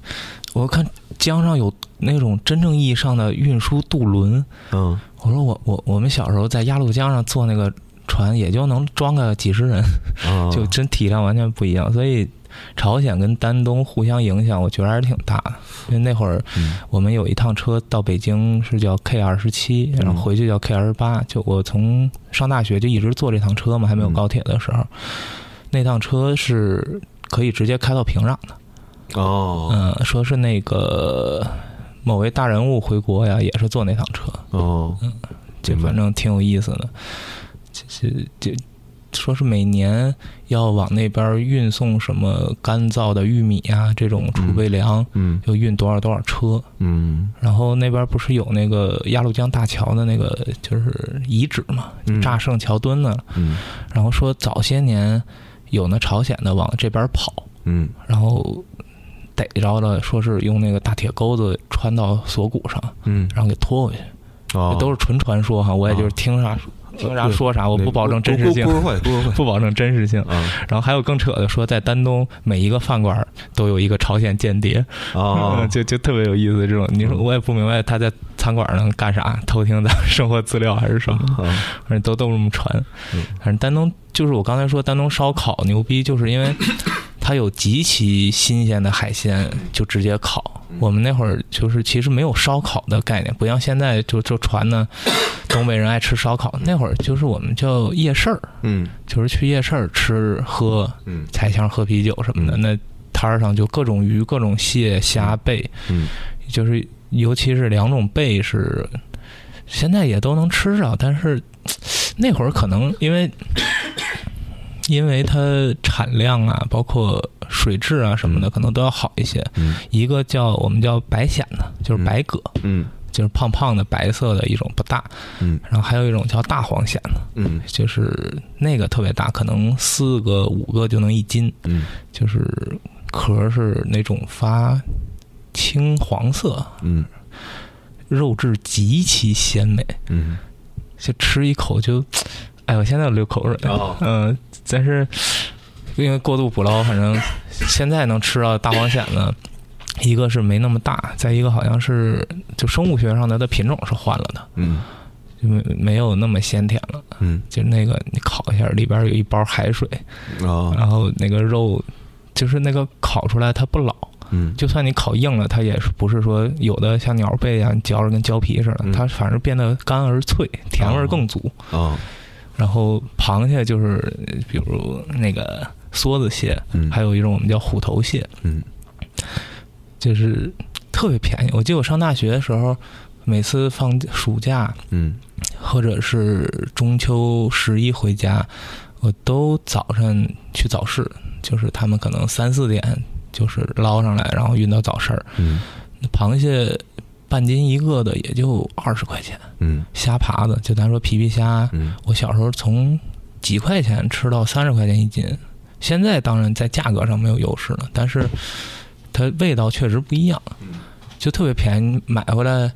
Speaker 2: 我看江上有那种真正意义上的运输渡轮，
Speaker 1: 嗯，
Speaker 2: 我说我我我们小时候在鸭绿江上坐那个船，也就能装个几十人。
Speaker 1: 啊
Speaker 2: 就真体量完全不一样。所以朝鲜跟丹东互相影响，我觉得还是挺大的。因为那会儿
Speaker 1: 嗯
Speaker 2: 我们有一趟车到北京是叫 K 二十七，
Speaker 1: 嗯
Speaker 2: 然后回去叫 K 二十八。就我从上大学就一直坐这趟车嘛，还没有
Speaker 1: 嗯
Speaker 2: 高铁的时候，那趟车是可以直接开到平壤的。
Speaker 1: 哦
Speaker 2: 嗯、说是那个。某位大人物回国呀，也是坐那趟车，
Speaker 1: 哦，
Speaker 2: 就
Speaker 1: 明白
Speaker 2: 反正挺有意思的。就是就说是每年要往那边运送什么干燥的玉米啊这种储备粮，
Speaker 1: 嗯
Speaker 2: 要运多少多少车。
Speaker 1: 嗯
Speaker 2: 然后那边不是有那个鸭绿江大桥的那个就是遗址嘛，
Speaker 1: 嗯
Speaker 2: 炸圣桥墩呢。
Speaker 1: 嗯
Speaker 2: 然后说早些年有那朝鲜的往这边跑，
Speaker 1: 嗯
Speaker 2: 然后。逮着了，说是用那个大铁钩子穿到锁骨上，
Speaker 1: 嗯，
Speaker 2: 然后给拖回去。
Speaker 1: 哦
Speaker 2: 这都是纯传说哈，我也就是听啥、听啥说啥，我呃不保证真实性
Speaker 1: 故，事会，故事会
Speaker 2: 不保证真实性。
Speaker 1: 啊
Speaker 2: 然后还有更扯的说，在丹东每一个饭馆都有一个朝鲜间谍，，
Speaker 1: 啊
Speaker 2: 就就特别有意思。这种你说我也不明白他在餐馆能干啥，偷听咱们生活资料还是什么，
Speaker 1: 啊
Speaker 2: 反正都都这么传
Speaker 1: 嗯。
Speaker 2: 反正丹东就是我刚才说丹东烧烤牛逼，就是 因为它有极其新鲜的海鲜，就直接烤。
Speaker 1: 嗯
Speaker 2: 我们那会儿就是其实没有烧烤的概念，不像现在就就 传呢，东北人爱吃烧烤。那会儿就是我们叫夜市儿，
Speaker 1: 嗯
Speaker 2: 就是去夜市儿吃喝
Speaker 1: 嗯
Speaker 2: 采香、喝啤酒什么的。
Speaker 1: 嗯
Speaker 2: 那摊儿上就各种鱼、各种蟹、虾、贝，
Speaker 1: 嗯
Speaker 2: 就是尤其是两种贝是现在也都能吃着，但是那会儿可能因为 因为它产量啊，包括水质啊什么的，
Speaker 1: 嗯
Speaker 2: 可能都要好一些。
Speaker 1: 嗯
Speaker 2: 一个叫我们叫白藓的，就是白蛤，
Speaker 1: 嗯
Speaker 2: 就是胖胖的白色的一种，不大。
Speaker 1: 嗯
Speaker 2: 然后还有一种叫大黄藓的，
Speaker 1: 嗯
Speaker 2: 就是那个特别大，可能四个五个就能一斤，
Speaker 1: 嗯
Speaker 2: 就是壳是那种发青黄色，
Speaker 1: 嗯
Speaker 2: 肉质极其鲜美，
Speaker 1: 嗯
Speaker 2: 就吃一口就，哎，我现在都流口水了。
Speaker 3: 哦
Speaker 2: 嗯、但是因为过度捕捞，反正现在能吃到大黄蚬呢，一个是没那么大，再一个好像是就生物学上它的品种是换了的，
Speaker 1: 嗯
Speaker 2: 就没没有那么鲜甜了。
Speaker 1: 嗯
Speaker 2: 就那个你烤一下，里边有一包海水，
Speaker 1: 哦
Speaker 2: 然后那个肉就是那个烤出来它不老，
Speaker 1: 嗯
Speaker 2: 就算你烤硬了，它也是不是说有的像鸟背啊，你嚼着跟胶皮似的，
Speaker 1: 嗯
Speaker 2: 它反而变得干而脆，甜味儿更足。
Speaker 1: 哦
Speaker 2: 然后螃蟹就是呃比如那个梭子蟹，
Speaker 1: 嗯
Speaker 2: 还有一种我们叫虎头蟹，
Speaker 1: 嗯
Speaker 2: 就是特别便宜。我记得我上大学的时候，每次放暑假
Speaker 1: 嗯
Speaker 2: 或者是中秋十一回家，我都早上去早市，就是他们可能三四点就是捞上来，然后运到早市儿。
Speaker 1: 嗯
Speaker 2: 螃蟹半斤一个的也就二十块钱，
Speaker 1: 嗯
Speaker 2: 虾爬子就咱说皮皮虾，
Speaker 1: 嗯
Speaker 2: 我小时候从几块钱吃到三十块钱一斤，现在当然在价格上没有优势了，但是它味道确实不一样，就特别便宜，买回来，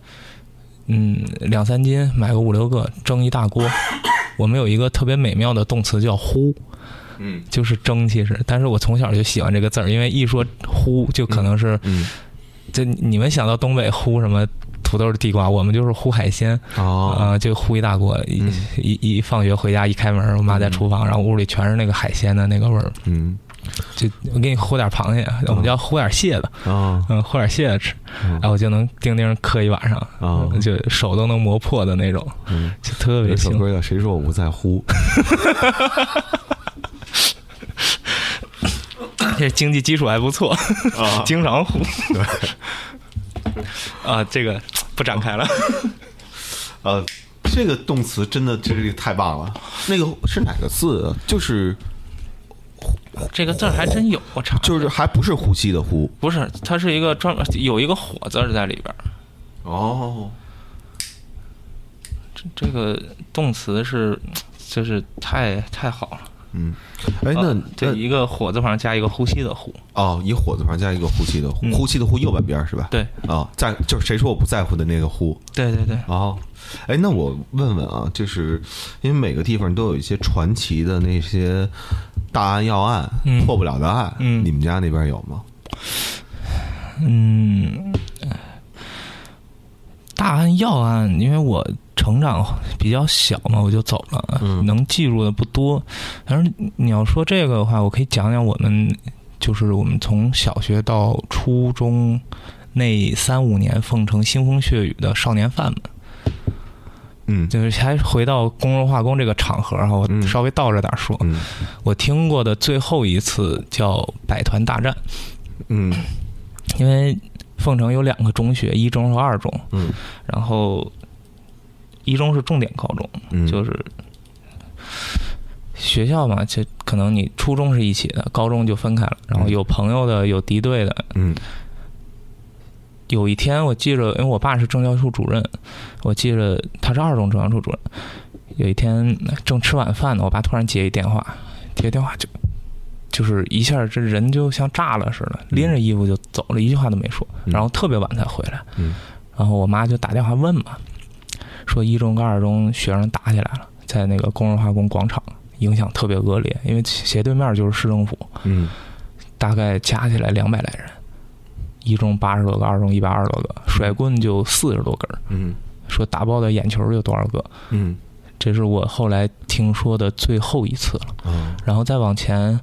Speaker 2: 嗯，两三斤买个五六个，蒸一大锅。我们有一个特别美妙的动词叫“呼”，
Speaker 1: 嗯
Speaker 2: 就是蒸，其实，但是我从小就喜欢这个字儿，因为一说“呼”，就可能是
Speaker 1: 嗯
Speaker 2: 就你们想到东北呼什么土豆地瓜，我们就是呼海鲜，
Speaker 1: 哦
Speaker 2: 啊、就呼一大锅，一、
Speaker 1: 嗯
Speaker 2: 一一放学回家一开门，我妈在厨房，然后屋里全是那个海鲜的那个味儿，
Speaker 1: 嗯
Speaker 2: 就我给你呼点螃蟹，我们叫呼点蟹的，
Speaker 1: 哦
Speaker 2: 嗯，呼点蟹的吃，
Speaker 1: 嗯
Speaker 2: 哎，我就能叮叮嗑一晚上，
Speaker 1: 哦
Speaker 2: 就手都能磨破的那种，
Speaker 1: 嗯
Speaker 2: 就特别
Speaker 1: 有一首
Speaker 2: 幸福。
Speaker 1: 歌叫《谁说我不在乎》，
Speaker 2: 这经济基础还不错，
Speaker 1: 啊
Speaker 2: 经常 呼。啊，这个不展开了。
Speaker 1: 呃，这个动词真的这个太棒了。那个是哪个字？啊就是
Speaker 2: 这个字儿还真有，我查
Speaker 1: 就是还不是呼吸的呼
Speaker 2: 不是，它是一个专门有一个火字儿在里边。
Speaker 1: 哦，
Speaker 2: 这个动词是，就是太太好了。
Speaker 1: 嗯，哎，那
Speaker 2: 啊这
Speaker 1: 那
Speaker 2: 一个火字旁加一个呼吸的呼，
Speaker 1: 哦，一火字旁加一个呼吸的呼，
Speaker 2: 嗯
Speaker 1: 呼吸的呼右半边是吧？
Speaker 2: 对
Speaker 1: 啊，在就是谁说我不在乎的那个呼
Speaker 2: 对对对，
Speaker 1: 哦，哎，那我问问啊，就是因为每个地方都有一些传奇的那些大案要案、
Speaker 2: 嗯
Speaker 1: 破不了的案，
Speaker 2: 嗯
Speaker 1: 你们家那边有吗？
Speaker 2: 嗯，大案要案，因为我成长比较小嘛，我就走了，
Speaker 1: 嗯
Speaker 2: 能记住的不多。但是你要说这个的话，我可以讲讲我们，就是我们从小学到初中那三五年奉承腥风血雨的少年犯们。
Speaker 1: 嗯
Speaker 2: 就是还回到工人化工这个场合哈，我
Speaker 1: 嗯
Speaker 2: 稍微倒着点说，
Speaker 1: 嗯
Speaker 2: 我听过的最后一次叫百团大战，
Speaker 1: 嗯
Speaker 2: 因为凤城有两个中学，一中和二中，
Speaker 1: 嗯
Speaker 2: 然后一中是重点高中，
Speaker 1: 嗯，
Speaker 2: 就是学校嘛，就可能你初中是一起的，高中就分开了，然后有朋友的，有敌对的，
Speaker 1: 嗯
Speaker 2: 有一天我记着，因为我爸是政教处主任，我记着他是二中政教处主任。有一天正吃晚饭呢，我爸突然接一电话，接电话就就是一下这人就像炸了似的，拎着衣服就走了，一句话都没说，
Speaker 1: 嗯
Speaker 2: 然后特别晚才回来。
Speaker 1: 嗯
Speaker 2: 然后我妈就打电话问嘛，说一中跟二中学生打起来了，在那个工人化工广场，影响特别恶劣，因为斜对面就是市政府，
Speaker 1: 嗯
Speaker 2: 大概加起来两百来人，一中八十多个，二中一百二十多个，甩棍就四十多根儿，
Speaker 1: 嗯
Speaker 2: 说打爆的眼球有多少个？
Speaker 1: 嗯
Speaker 2: 这是我后来听说的最后一次了。
Speaker 1: 啊
Speaker 2: 然后再往前，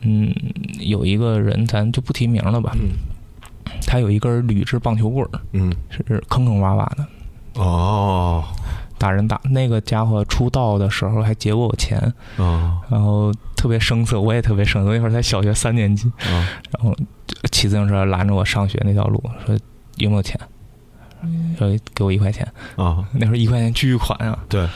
Speaker 2: 嗯，有一个人咱就不提名了吧，
Speaker 1: 嗯
Speaker 2: 他有一根铝制棒球棍儿，
Speaker 1: 嗯
Speaker 2: 是坑坑洼洼的，
Speaker 1: 哦
Speaker 2: 打人打那个家伙出道的时候还劫过我钱，
Speaker 1: 哦
Speaker 2: 然后特别生涩，我也特别生涩，那会儿才小学三年级，
Speaker 1: 哦
Speaker 2: 然后骑自行车拦着我上学那条路，说有没有钱？说给我一块钱，
Speaker 1: 哦，
Speaker 2: 那时候一块钱巨款啊。
Speaker 1: 对，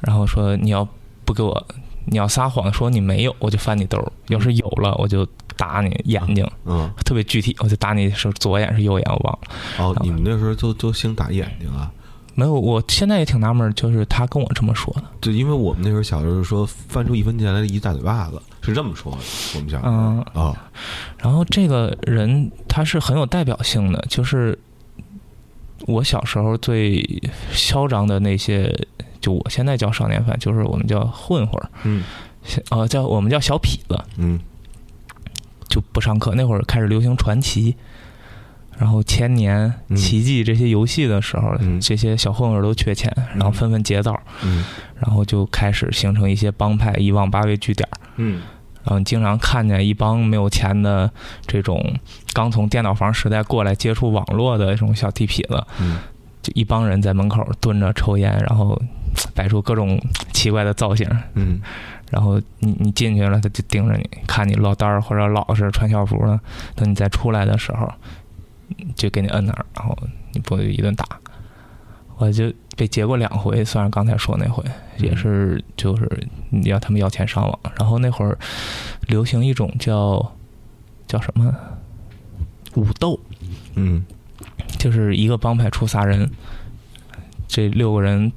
Speaker 2: 然后说你要不给我，你要撒谎说你没有，我就翻你兜儿；要是有了，我就打你眼睛，
Speaker 1: 嗯
Speaker 2: 特别具体，我就打你是左眼是右眼，我忘了。
Speaker 1: 哦，你们那时候都都兴打眼睛啊？
Speaker 2: 没有，我现在也挺纳闷儿，就是他跟我这么说的。
Speaker 1: 对，因为我们那时候小时候说翻出一分钱来一大嘴巴子，是这么说的。我们小时候
Speaker 2: 嗯
Speaker 1: 啊、哦
Speaker 2: 然后这个人他是很有代表性的，就是我小时候最嚣张的那些，就我现在叫少年犯，就是我们叫混混儿，
Speaker 1: 嗯
Speaker 2: 小呃，叫我们叫小痞子，
Speaker 1: 嗯，
Speaker 2: 就不上课。那会儿开始流行传奇，然后千年
Speaker 1: 嗯
Speaker 2: 奇迹这些游戏的时候，
Speaker 1: 嗯
Speaker 2: 这些小混混儿都缺钱，然后纷纷劫道，
Speaker 1: 嗯
Speaker 2: 然后就开始形成一些帮派，一网八位据点。
Speaker 1: 嗯
Speaker 2: 然后你经常看见一帮没有钱的这种刚从电脑房时代过来接触网络的这种小地痞子，
Speaker 1: 嗯
Speaker 2: 就一帮人在门口蹲着抽烟，然后嘖摆出各种奇怪的造型。
Speaker 1: 嗯
Speaker 2: 然后你你进去了，他就盯着你，看你落单儿或者老实穿校服了。等你再出来的时候，就给你摁那儿，然后你不就一顿打。我就被劫过两回，虽然刚才说那回也是，就是你要他们要钱上网，然后那会儿流行一种叫叫什么武斗，
Speaker 1: 嗯
Speaker 2: 就是一个帮派出仨人，这六个人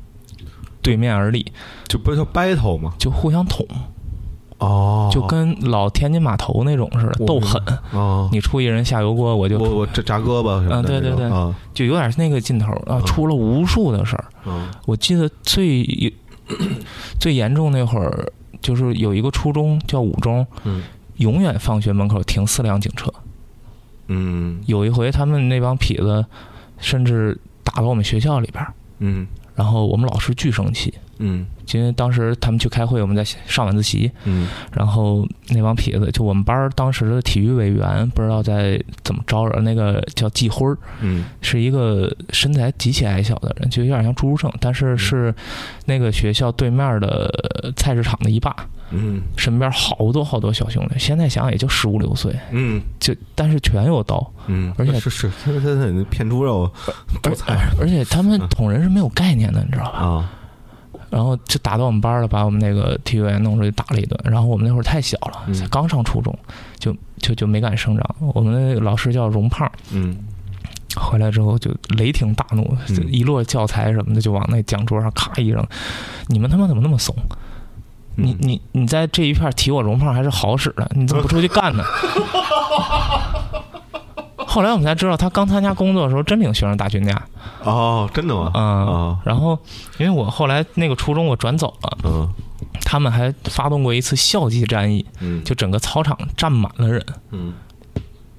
Speaker 2: 对面而立，
Speaker 1: 就不是叫 battle 吗？
Speaker 2: 就互相捅，
Speaker 1: 哦
Speaker 2: 就跟老天津码头那种似的，
Speaker 1: 我
Speaker 2: 斗
Speaker 1: 明白
Speaker 2: 狠。
Speaker 1: 哦，
Speaker 2: 你出一人下油锅，我就
Speaker 1: 我我这炸胳膊什么的
Speaker 2: 嗯对
Speaker 1: 那种
Speaker 2: 对对
Speaker 1: 啊
Speaker 2: 就有点那个劲头啊，
Speaker 1: 嗯
Speaker 2: 出了无数的事儿。
Speaker 1: 嗯
Speaker 2: 我记得最最严重那会儿，就是有一个初中叫五中，
Speaker 1: 嗯
Speaker 2: 永远放学门口停四辆警车。
Speaker 1: 嗯
Speaker 2: 有一回他们那帮痞子甚至打到我们学校里边儿，
Speaker 1: 嗯
Speaker 2: 然后我们老师巨生气，
Speaker 1: 嗯
Speaker 2: 因为当时他们去开会，我们在上晚自习，
Speaker 1: 嗯
Speaker 2: 然后那帮痞子就我们班儿当时的体育委员不知道在怎么招惹那个叫季辉儿。
Speaker 1: 嗯
Speaker 2: 是一个身材极其矮小的人，就有点像侏儒症，但是是那个学校对面的呃菜市场的一霸，
Speaker 1: 嗯
Speaker 2: 身边好多好多小兄弟。现在想想也就十五六岁，
Speaker 1: 嗯
Speaker 2: 就但是全有刀，
Speaker 1: 嗯，
Speaker 2: 而且
Speaker 1: 是是他他他那片猪肉
Speaker 2: 而
Speaker 1: 剁菜
Speaker 2: 而且他们捅人是没有概念的，你知道吧？
Speaker 1: 啊
Speaker 2: 然后就打到我们班了，把我们那个体育委员弄出去打了一顿。然后我们那会儿太小了，
Speaker 1: 嗯
Speaker 2: 才刚上初中，就就就没敢声张。我们那老师叫荣胖，
Speaker 1: 嗯
Speaker 2: 回来之后就雷霆大怒，
Speaker 1: 嗯
Speaker 2: 就一摞教材什么的就往那讲桌上咔一扔。你们他妈怎么那么怂？你
Speaker 1: 嗯
Speaker 2: 你你在这一片提我荣胖还是好使的，你怎么不出去干呢？ 后来我们才知道，他刚参加工作的时候真领学生打群架
Speaker 1: 哦，真的吗？
Speaker 2: 啊
Speaker 1: 啊。
Speaker 2: 然后，因为我后来那个初中我转走了，
Speaker 1: 嗯
Speaker 2: 他们还发动过一次校级战役，
Speaker 1: 嗯
Speaker 2: 就整个操场站满了人，
Speaker 1: 嗯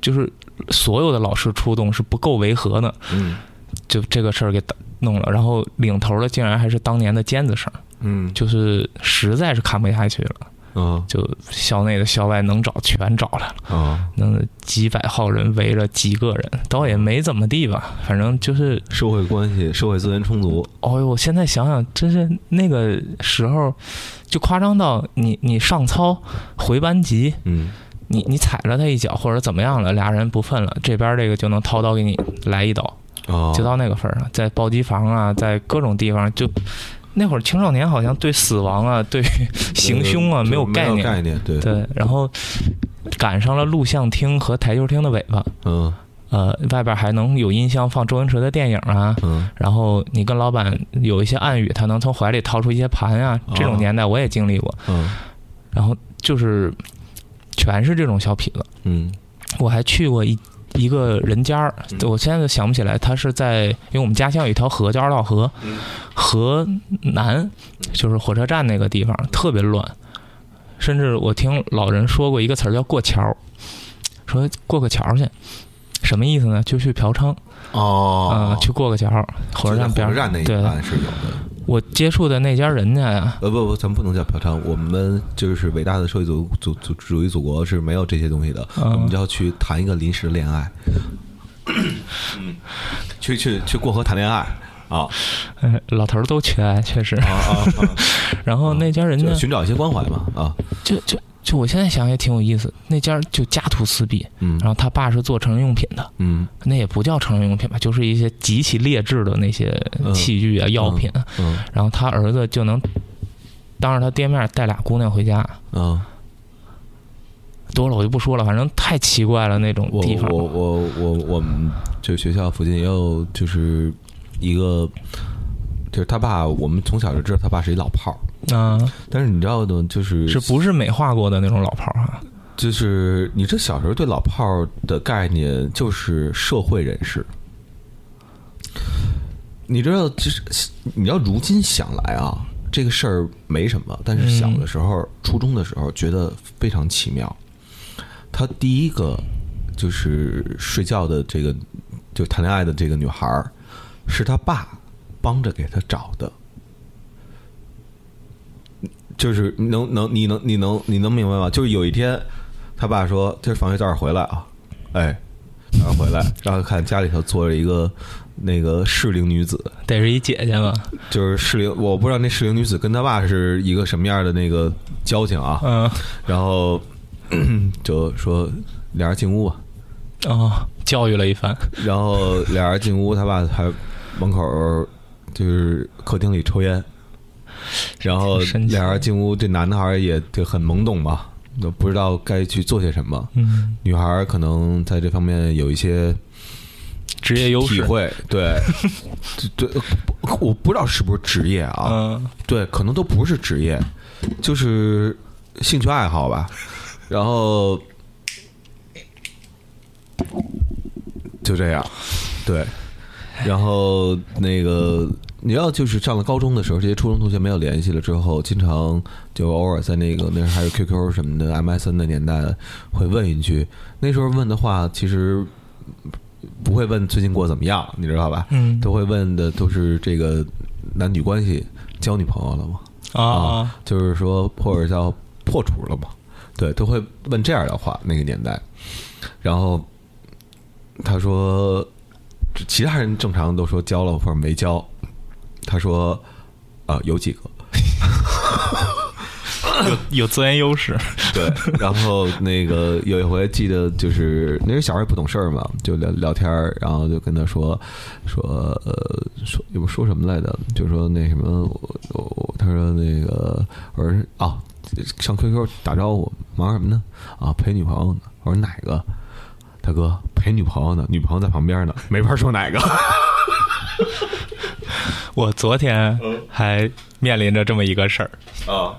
Speaker 2: 就是所有的老师出动是不够维和的，
Speaker 1: 嗯
Speaker 2: 就这个事儿给打弄了，然后领头的竟然还是当年的尖子生，
Speaker 1: 嗯
Speaker 2: 就是实在是看不下去了，
Speaker 1: 嗯
Speaker 2: 就校内的校外能找全找来了，
Speaker 1: 啊，
Speaker 2: 那几百号人围着几个人，倒也没怎么地吧，反正就是，
Speaker 1: 社会关系、社会资源充足，
Speaker 2: 哦呦，我现在想想，真是那个时候就夸张到你你上操回班级，
Speaker 1: 嗯
Speaker 2: 你你踩了他一脚或者怎么样了，俩人不忿了，这边这个就能掏刀给你来一刀，
Speaker 1: 啊，
Speaker 2: 就到那个份儿上，在暴击房啊，在各种地方，就那会儿青少年好像对死亡啊、对行凶啊
Speaker 1: 就
Speaker 2: 没有概念，
Speaker 1: 概念，对，
Speaker 2: 对，然后赶上了录像厅和台球厅的尾巴，
Speaker 1: 嗯
Speaker 2: 呃，外边还能有音箱放周星驰的电影啊。
Speaker 1: 嗯
Speaker 2: 然后你跟老板有一些暗语，他能从怀里掏出一些盘啊，这种
Speaker 1: 哦
Speaker 2: 年代我也经历过。
Speaker 1: 嗯
Speaker 2: 然后就是全是这种小痞子，
Speaker 1: 嗯
Speaker 2: 我还去过一一个人家儿，
Speaker 1: 嗯
Speaker 2: 我现在就想不起来，他是在因为我们家乡有一条河叫二道河，
Speaker 1: 嗯
Speaker 2: 河南就是火车站那个地方特别乱，甚至我听老人说过一个词儿叫过桥，说过个桥去。什么意思呢？就去嫖娼啊、
Speaker 1: 哦
Speaker 2: 呃去过个桥，火车站边
Speaker 1: 火
Speaker 2: 儿
Speaker 1: 车站那一
Speaker 2: 对，
Speaker 1: 段是有的，
Speaker 2: 我接触的那家人家呀，
Speaker 1: 呃不不，咱们不能叫嫖娼，我们就是伟大的社会主主主主义祖国是没有这些东西的，
Speaker 2: 嗯
Speaker 1: 我们就要去谈一个临时恋爱，嗯，去去去过河谈恋爱啊
Speaker 2: 哎 老头儿都缺爱，确实。
Speaker 1: 啊啊，啊
Speaker 2: 然后那家人家
Speaker 1: 就寻找一些关怀嘛啊，
Speaker 2: 就就就我现在想也挺有意思，那家就家徒四壁，
Speaker 1: 嗯
Speaker 2: 然后他爸是做成人用品的，
Speaker 1: 嗯
Speaker 2: 那也不叫成人用品吧，就是一些极其劣质的那些
Speaker 1: 嗯
Speaker 2: 器具啊、药品啊。
Speaker 1: 嗯
Speaker 2: 然后他儿子就能当着他爹面带俩姑娘回家，
Speaker 1: 嗯。
Speaker 2: 多了我就不说了，反正太奇怪了那种
Speaker 1: 我
Speaker 2: 地方。
Speaker 1: 我我我我们就学校附近也有就是一个就是他爸，我们从小就知道他爸是一老炮儿，
Speaker 2: 啊，
Speaker 1: 但是你知道呢，就是
Speaker 2: 是不是美化过的那种老炮儿啊？
Speaker 1: 就是你这小时候对老炮儿的概念就是社会人士。你知道，就是你要如今想来啊，这个事儿没什么，但是小的时候、初中的时候觉得非常奇妙。他第一个就是睡觉的这个，就谈恋爱的这个女孩儿，是他爸帮着给他找的。就是你能能你能你能你能明白吗？就是有一天，他爸说：“这是放学早点回来啊，哎，早点回来。”然后看家里头坐着一个那个适龄女子，
Speaker 2: 得是一姐姐吧？
Speaker 1: 就是适龄，我不知道那适龄女子跟他爸是一个什么样的那个交情啊。
Speaker 2: 嗯，
Speaker 1: 然后 就说俩人进屋吧，
Speaker 2: 哦，教育了一番，
Speaker 1: 然后俩人进屋，他爸还门口就是客厅里抽烟，然后
Speaker 2: 挺神奇的
Speaker 1: 俩人进屋，这男孩儿也就很懵懂嘛，都不知道该去做些什么。
Speaker 2: 嗯，
Speaker 1: 女孩儿可能在这方面有一些
Speaker 2: 职业优
Speaker 1: 体
Speaker 2: 势，
Speaker 1: 会，对， 对，对我不知道是不是职业啊，
Speaker 2: 嗯，
Speaker 1: 对，可能都不是职业，就是兴趣爱好吧。然后就这样，对。然后那个你要就是上了高中的时候，这些初中同学没有联系了之后，经常就偶尔在那个那时候还有 QQ 什么的 MSN 的年代，会问一句。那时候问的话，其实不会问最近过得怎么样，你知道吧？
Speaker 2: 嗯
Speaker 1: 都会问的都是这个男女关系，交女朋友了吗？
Speaker 2: 啊，
Speaker 1: 就是说或者叫破除了嘛，对，都会问这样的话。那个年代，然后他说，其他人正常都说交了或者没交，他说啊、有几个，
Speaker 2: 有资源优势，
Speaker 1: 对，然后那个有一回记得就是那时候小孩也不懂事儿嘛，就聊聊天儿，然后就跟他说说呃说也不说什么来着，就说那什么我我我他说那个我说哦上 QQ 打招呼忙什么呢啊陪女朋友呢，我说哪个大哥陪女朋友呢，女朋友在旁边呢，没法说哪个。
Speaker 2: 我昨天
Speaker 1: 嗯
Speaker 2: 还面临着这么一个事儿，
Speaker 1: 啊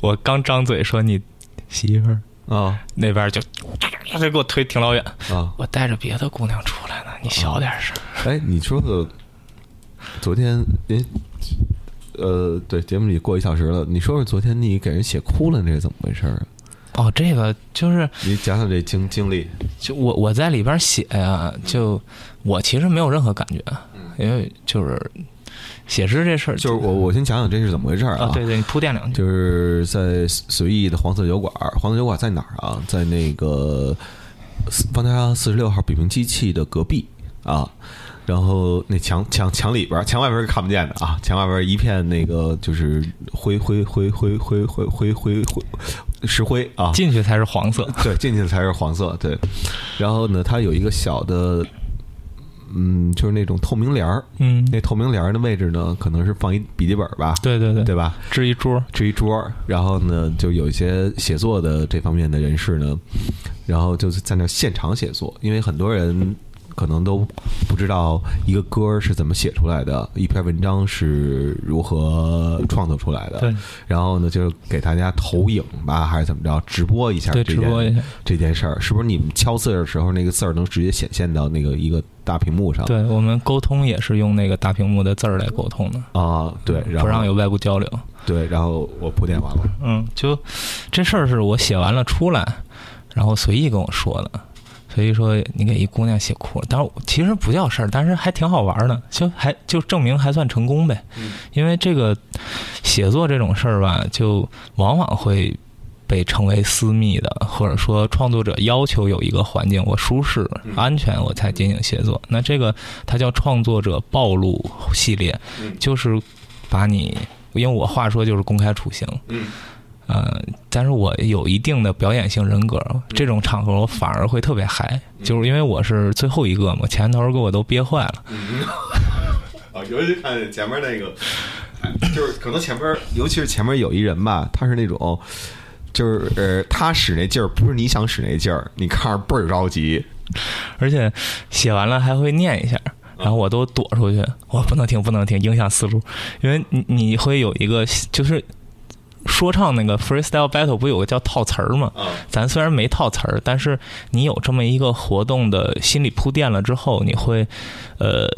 Speaker 2: 我刚张嘴说你媳妇儿，
Speaker 1: 啊
Speaker 2: 那边就就给我推挺老远，
Speaker 1: 啊！
Speaker 2: 我带着别的姑娘出来呢，你小点声。
Speaker 1: 哎，你说的昨天您呃，对，节目里过一小时了，你说说昨天你给人写哭了，那是怎么回事儿啊？
Speaker 2: 哦，这个就是
Speaker 1: 你讲讲这经经历
Speaker 2: 就我我在里边写呀、就我其实没有任何感觉，啊因为就是写诗这事儿
Speaker 1: 就是我我先讲讲这是怎么回事儿
Speaker 2: 啊
Speaker 1: 啊？，
Speaker 2: 对对，你铺垫两句。
Speaker 1: 就是在随意的黄色酒馆儿，黄色酒馆在哪儿啊？在那个四方家四十六号比拼机器的隔壁啊。然后那墙墙墙里边儿，墙外边儿是看不见的啊，墙外边儿一片那个就是灰灰灰灰灰灰灰灰灰石灰啊，
Speaker 2: 进去才是黄色，
Speaker 1: 对，进去的才是黄色，对。然后呢，它有一个小的，嗯，就是那种透明帘儿，
Speaker 2: 嗯，
Speaker 1: 那透明帘儿的位置呢，可能是放一笔记本吧，
Speaker 2: 对对对，
Speaker 1: 对吧？
Speaker 2: 支一桌，
Speaker 1: 这一桌儿，然后呢，就有一些写作的这方面的人士呢，然后就是在那儿现场写作，因为很多人可能都不知道一个歌儿是怎么写出来的，一篇文章是如何创作出来的。
Speaker 2: 对
Speaker 1: 然后呢，就是给大家投影吧，还是怎么着，直播一下
Speaker 2: 对，
Speaker 1: 这
Speaker 2: 直播
Speaker 1: 件
Speaker 2: 一下。
Speaker 1: 这件事儿，是不是你们敲字儿的时候，那个字儿能直接显现到那个一个大屏幕上？
Speaker 2: 对我们沟通也是用那个大屏幕的字儿来沟通的，
Speaker 1: 啊，对，然后
Speaker 2: 不让有外部交流。
Speaker 1: 对，然后我铺垫完了，
Speaker 2: 嗯，就这事儿是我写完了出来，然后随意跟我说的。随意说你给一姑娘写哭了，当然其实不叫事儿，但是还挺好玩儿的，就还就证明还算成功呗。因为这个写作这种事儿吧，就往往会被称为私密的，或者说创作者要求有一个环境我舒适、安全，我才进行写作。那这个它叫创作者暴露系列，就是把你，因为我话说就是公开处刑。呃，但是我有一定的表演性人格，这种场合我反而会特别嗨，就是因为我是最后一个嘛，前头给我都憋坏了。
Speaker 1: 啊，尤其看前面那个，就是可能前面，尤其是前面有一人吧，他是那种，就是呃，他使那劲儿不是你想使那劲儿，你看着倍儿着急，
Speaker 2: 而且写完了还会念一下，然后我都躲出去，我不能听，不能听，影响思路，因为你你会有一个就是。说唱那个 freestyle battle 不有个叫套词儿吗？咱虽然没套词儿，但是你有这么一个活动的心理铺垫了之后，你会，呃，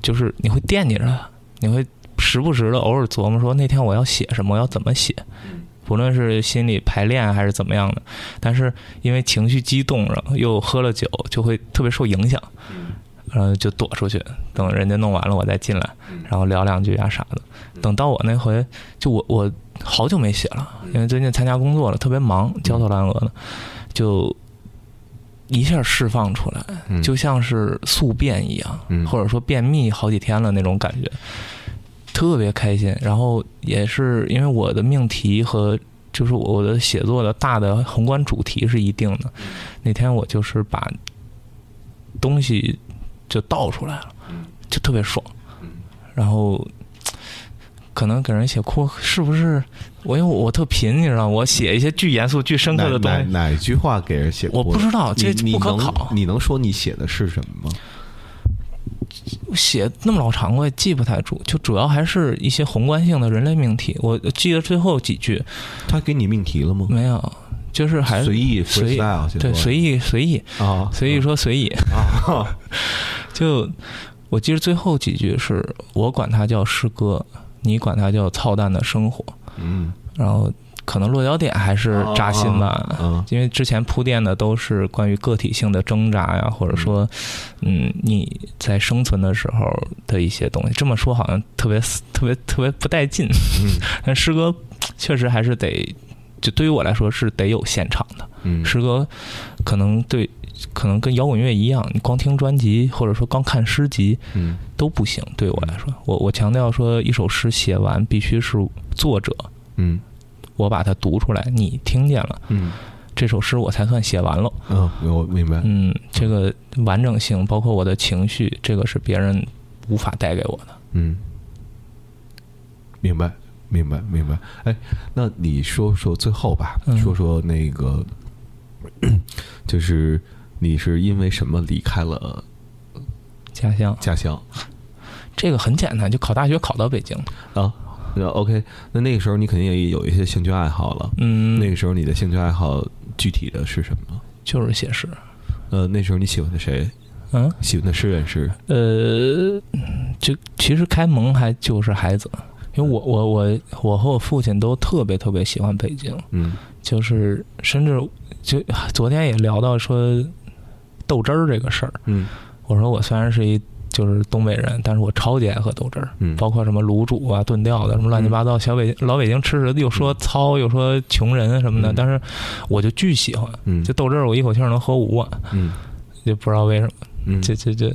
Speaker 2: 就是你会惦记着它，你会时不时的偶尔琢磨说那天我要写什么，我要怎么写，不论是心理排练还是怎么样的，但是因为情绪激动，然后又喝了酒，就会特别受影响，然后就躲出去，等人家弄完了我再进来，然后聊两句啊啥的。等到我那回，就我我好久没写了，因为最近参加工作了，特别忙，焦头烂额的，就一下释放出来，
Speaker 1: 嗯
Speaker 2: 就像是宿便一样，
Speaker 1: 嗯
Speaker 2: 或者说便秘好几天了那种感觉，特别开心。然后也是因为我的命题和就是我的写作的大的宏观主题是一定的，
Speaker 1: 嗯
Speaker 2: 那天我就是把东西就倒出来了，
Speaker 1: 嗯
Speaker 2: 就特别爽。然后可能给人写哭是不是？我因为我特贫，你知道吗，我写一些巨严肃、巨深刻的东
Speaker 1: 哪
Speaker 2: 西，
Speaker 1: 哪哪句话给人写过
Speaker 2: 我不知道，这
Speaker 1: 你
Speaker 2: 不可
Speaker 1: 你能
Speaker 2: 考。
Speaker 1: 你能说你写的是什么吗？
Speaker 2: 写那么老长，我也记不太住，就主要还是一些宏观性的人类命题。我记得最后几句
Speaker 1: 他给你命题了吗？
Speaker 2: 没有，就是还
Speaker 1: 随
Speaker 2: 是
Speaker 1: 意
Speaker 2: 随意
Speaker 1: freestyle，现在
Speaker 2: 对随意随意
Speaker 1: 啊，
Speaker 2: 随意说随意，
Speaker 1: 啊，
Speaker 2: 就我记得最后几句是我管它叫诗歌，你管它叫操蛋的生活，
Speaker 1: 嗯
Speaker 2: 然后可能落脚点还是扎心吧，
Speaker 1: 嗯
Speaker 2: 因为之前铺垫的都是关于个体性的挣扎呀，或者说，嗯，你在生存的时候的一些东西。这么说好像特别 特别特别不带劲，但诗歌确实还是得，就对于我来说是得有现场的。
Speaker 1: 嗯
Speaker 2: 诗歌可能对，可能跟摇滚乐一样，你光听专辑或者说光看诗集
Speaker 1: 嗯
Speaker 2: 都不行。对我来说，我我强调说，一首诗写完必须是作者
Speaker 1: 嗯
Speaker 2: 我把它读出来，你听见了
Speaker 1: 嗯
Speaker 2: 这首诗，我才算写完了。
Speaker 1: 嗯，我明白。
Speaker 2: 嗯，这个完整性，包括我的情绪，这个是别人无法带给我的。
Speaker 1: 嗯，明白，明白，明白。哎，那你说说最后吧，
Speaker 2: 嗯
Speaker 1: 说说那个，就是你是因为什么离开了
Speaker 2: 家乡
Speaker 1: 家乡
Speaker 2: 这个很简单，就考大学考到北京。
Speaker 1: 啊？那 OK，那那个时候你肯定也有一些兴趣爱好了。
Speaker 2: 嗯，
Speaker 1: 那个时候你的兴趣爱好具体的是什么？
Speaker 2: 就是写诗。
Speaker 1: 呃，那时候你喜欢的谁？
Speaker 2: 嗯，
Speaker 1: 喜欢的诗人是？
Speaker 2: 呃，就其实开蒙还就是孩子，因为我我我我和我父亲都特别特别喜欢北京，
Speaker 1: 嗯
Speaker 2: 就是甚至就昨天也聊到说豆汁儿这个事儿，
Speaker 1: 嗯
Speaker 2: 我说我虽然是一就是东北人，但是我超级爱喝豆汁儿，
Speaker 1: 嗯，
Speaker 2: 包括什么卤煮啊、炖吊子什么乱七八糟，小北老北京吃食又说糙又说穷人什么的，
Speaker 1: 嗯
Speaker 2: 但是我就巨喜欢，
Speaker 1: 嗯
Speaker 2: 就豆汁儿我一口气儿能喝五碗，
Speaker 1: 嗯
Speaker 2: 就不知道为什么，
Speaker 1: 嗯
Speaker 2: 这这这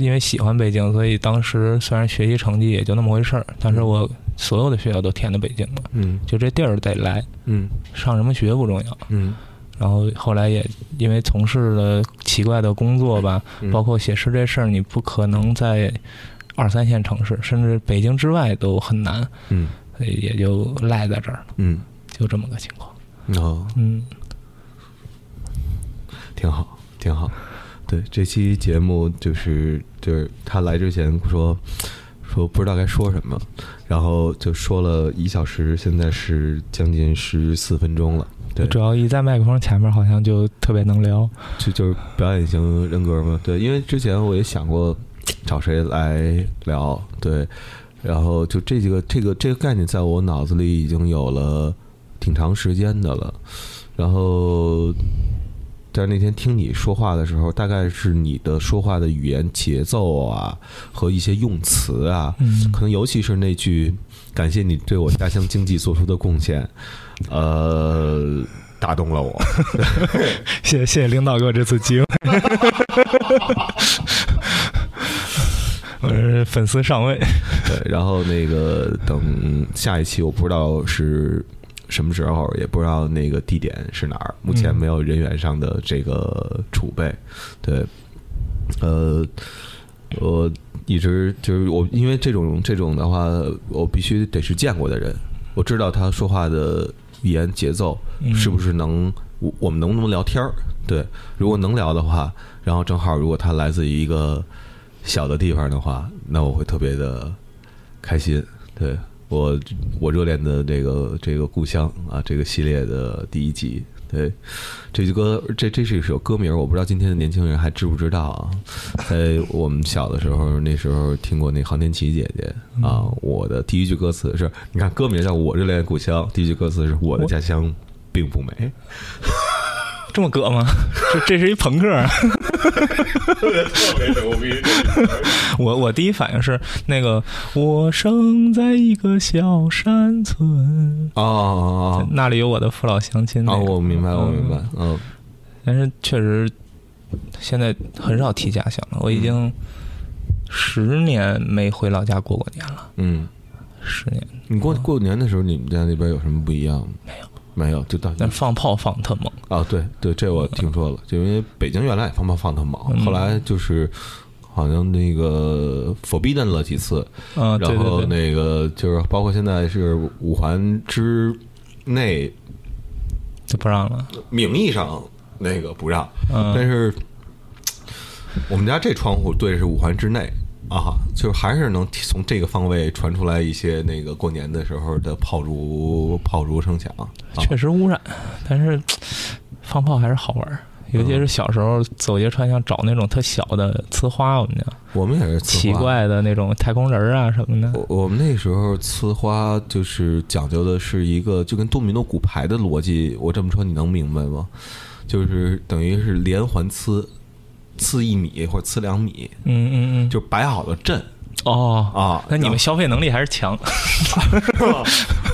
Speaker 2: 因为喜欢北京，所以当时虽然学习成绩也就那么回事儿，但是我所有的学校都填的北京的，
Speaker 1: 嗯
Speaker 2: 就这地儿得来，
Speaker 1: 嗯
Speaker 2: 上什么学不重要。
Speaker 1: 嗯
Speaker 2: 然后后来也因为从事了奇怪的工作吧，
Speaker 1: 嗯
Speaker 2: 包括写诗这事儿，你不可能在二三线城市，甚至北京之外都很难，
Speaker 1: 嗯
Speaker 2: 所以也就赖在这儿了，
Speaker 1: 嗯，
Speaker 2: 就这么个情况。
Speaker 1: 哦，
Speaker 2: 嗯，
Speaker 1: 挺好，挺好。对，这期节目就是就是他来之前说说不知道该说什么，然后就说了一小时，现在是将近十四分钟了。对，
Speaker 2: 主要一在麦克风前面，好像就特别能聊。
Speaker 1: 这就是表演型人格嘛。对，因为之前我也想过找谁来聊，对，然后就这几个这个这个概念在我脑子里已经有了挺长时间的了，然后。但是那天听你说话的时候，大概是你的说话的语言节奏啊，和一些用词啊，
Speaker 2: 嗯，
Speaker 1: 可能尤其是那句“感谢你对我家乡经济做出的贡献”，呃，打动了我。
Speaker 2: 谢谢谢谢领导给我这次机 会。我是粉丝上位，
Speaker 1: 对，然后那个等下一期，我不知道是什么时候，也不知道那个地点是哪儿，目前
Speaker 2: 嗯
Speaker 1: 没有人员上的这个储备。对，呃，我一直就是我，因为这种这种的话，我必须得是见过的人，我知道他说话的语言节奏
Speaker 2: 嗯
Speaker 1: 是不是能，我我们能不能聊天儿？对，如果能聊的话，然后正好如果他来自于一个小的地方的话，那我会特别的开心。对我，我热恋的这个这个故乡啊，这个系列的第一集，对这句歌，这这是一首歌名，我不知道今天的年轻人还知不知道啊。在我们小的时候，那时候听过那航天琪姐姐啊，我的第一句歌词是，你看歌名叫《我热恋的故乡》，第一句歌词是我的家乡并不美。
Speaker 2: 这么葛吗？这这是一朋克、啊。
Speaker 4: 特别牛逼，
Speaker 2: 我我第一反应是那个我生在一个小山村，
Speaker 1: 哦哦
Speaker 2: 那里有我的父老乡亲、
Speaker 1: 哦
Speaker 2: 那
Speaker 1: 哦，
Speaker 2: 个
Speaker 1: 我明白，我明白
Speaker 2: 嗯，
Speaker 1: 嗯
Speaker 2: 但是确实现在很少提家乡了，我已
Speaker 1: 嗯
Speaker 2: 经十年没回老家过过年了，
Speaker 1: 嗯。
Speaker 2: 十年。
Speaker 1: 你过
Speaker 2: 嗯
Speaker 1: 过年的时候，你们家那边有什么不一样吗？没有，没有，就到
Speaker 2: 但是放炮放得特猛，
Speaker 1: 啊，对对，这我听说了，就因为北京原来也放炮放特猛，
Speaker 2: 嗯
Speaker 1: 后来就是好像那个 forbidden 了几次，
Speaker 2: 嗯，对
Speaker 1: 然后
Speaker 2: 对对，
Speaker 1: 那个就是包括现在是五环之内
Speaker 2: 就不让了。
Speaker 1: 名义上那个不让，但
Speaker 2: 嗯，
Speaker 1: 是我们家这窗户对的是五环之内啊，就是还是能从这个方位传出来一些那个过年的时候的炮竹炮竹声响。啊
Speaker 2: 确实污染，但是放炮还是好玩儿。尤
Speaker 1: 嗯
Speaker 2: 其是小时候走街串巷找那种特小的呲花，我们叫
Speaker 1: 我们也是呲
Speaker 2: 奇
Speaker 1: 花。
Speaker 2: 怪的那种太空人儿啊什么的。
Speaker 1: 我我们那时候呲花就是讲究的是一个就跟多米诺骨牌的逻辑，我这么说你能明白吗？就是等于是连环呲，呲一米或者呲两米，
Speaker 2: 嗯嗯嗯，
Speaker 1: 就摆好了阵
Speaker 2: 哦
Speaker 1: 啊。
Speaker 2: 那你
Speaker 1: 然后
Speaker 2: 们消费能力还是强。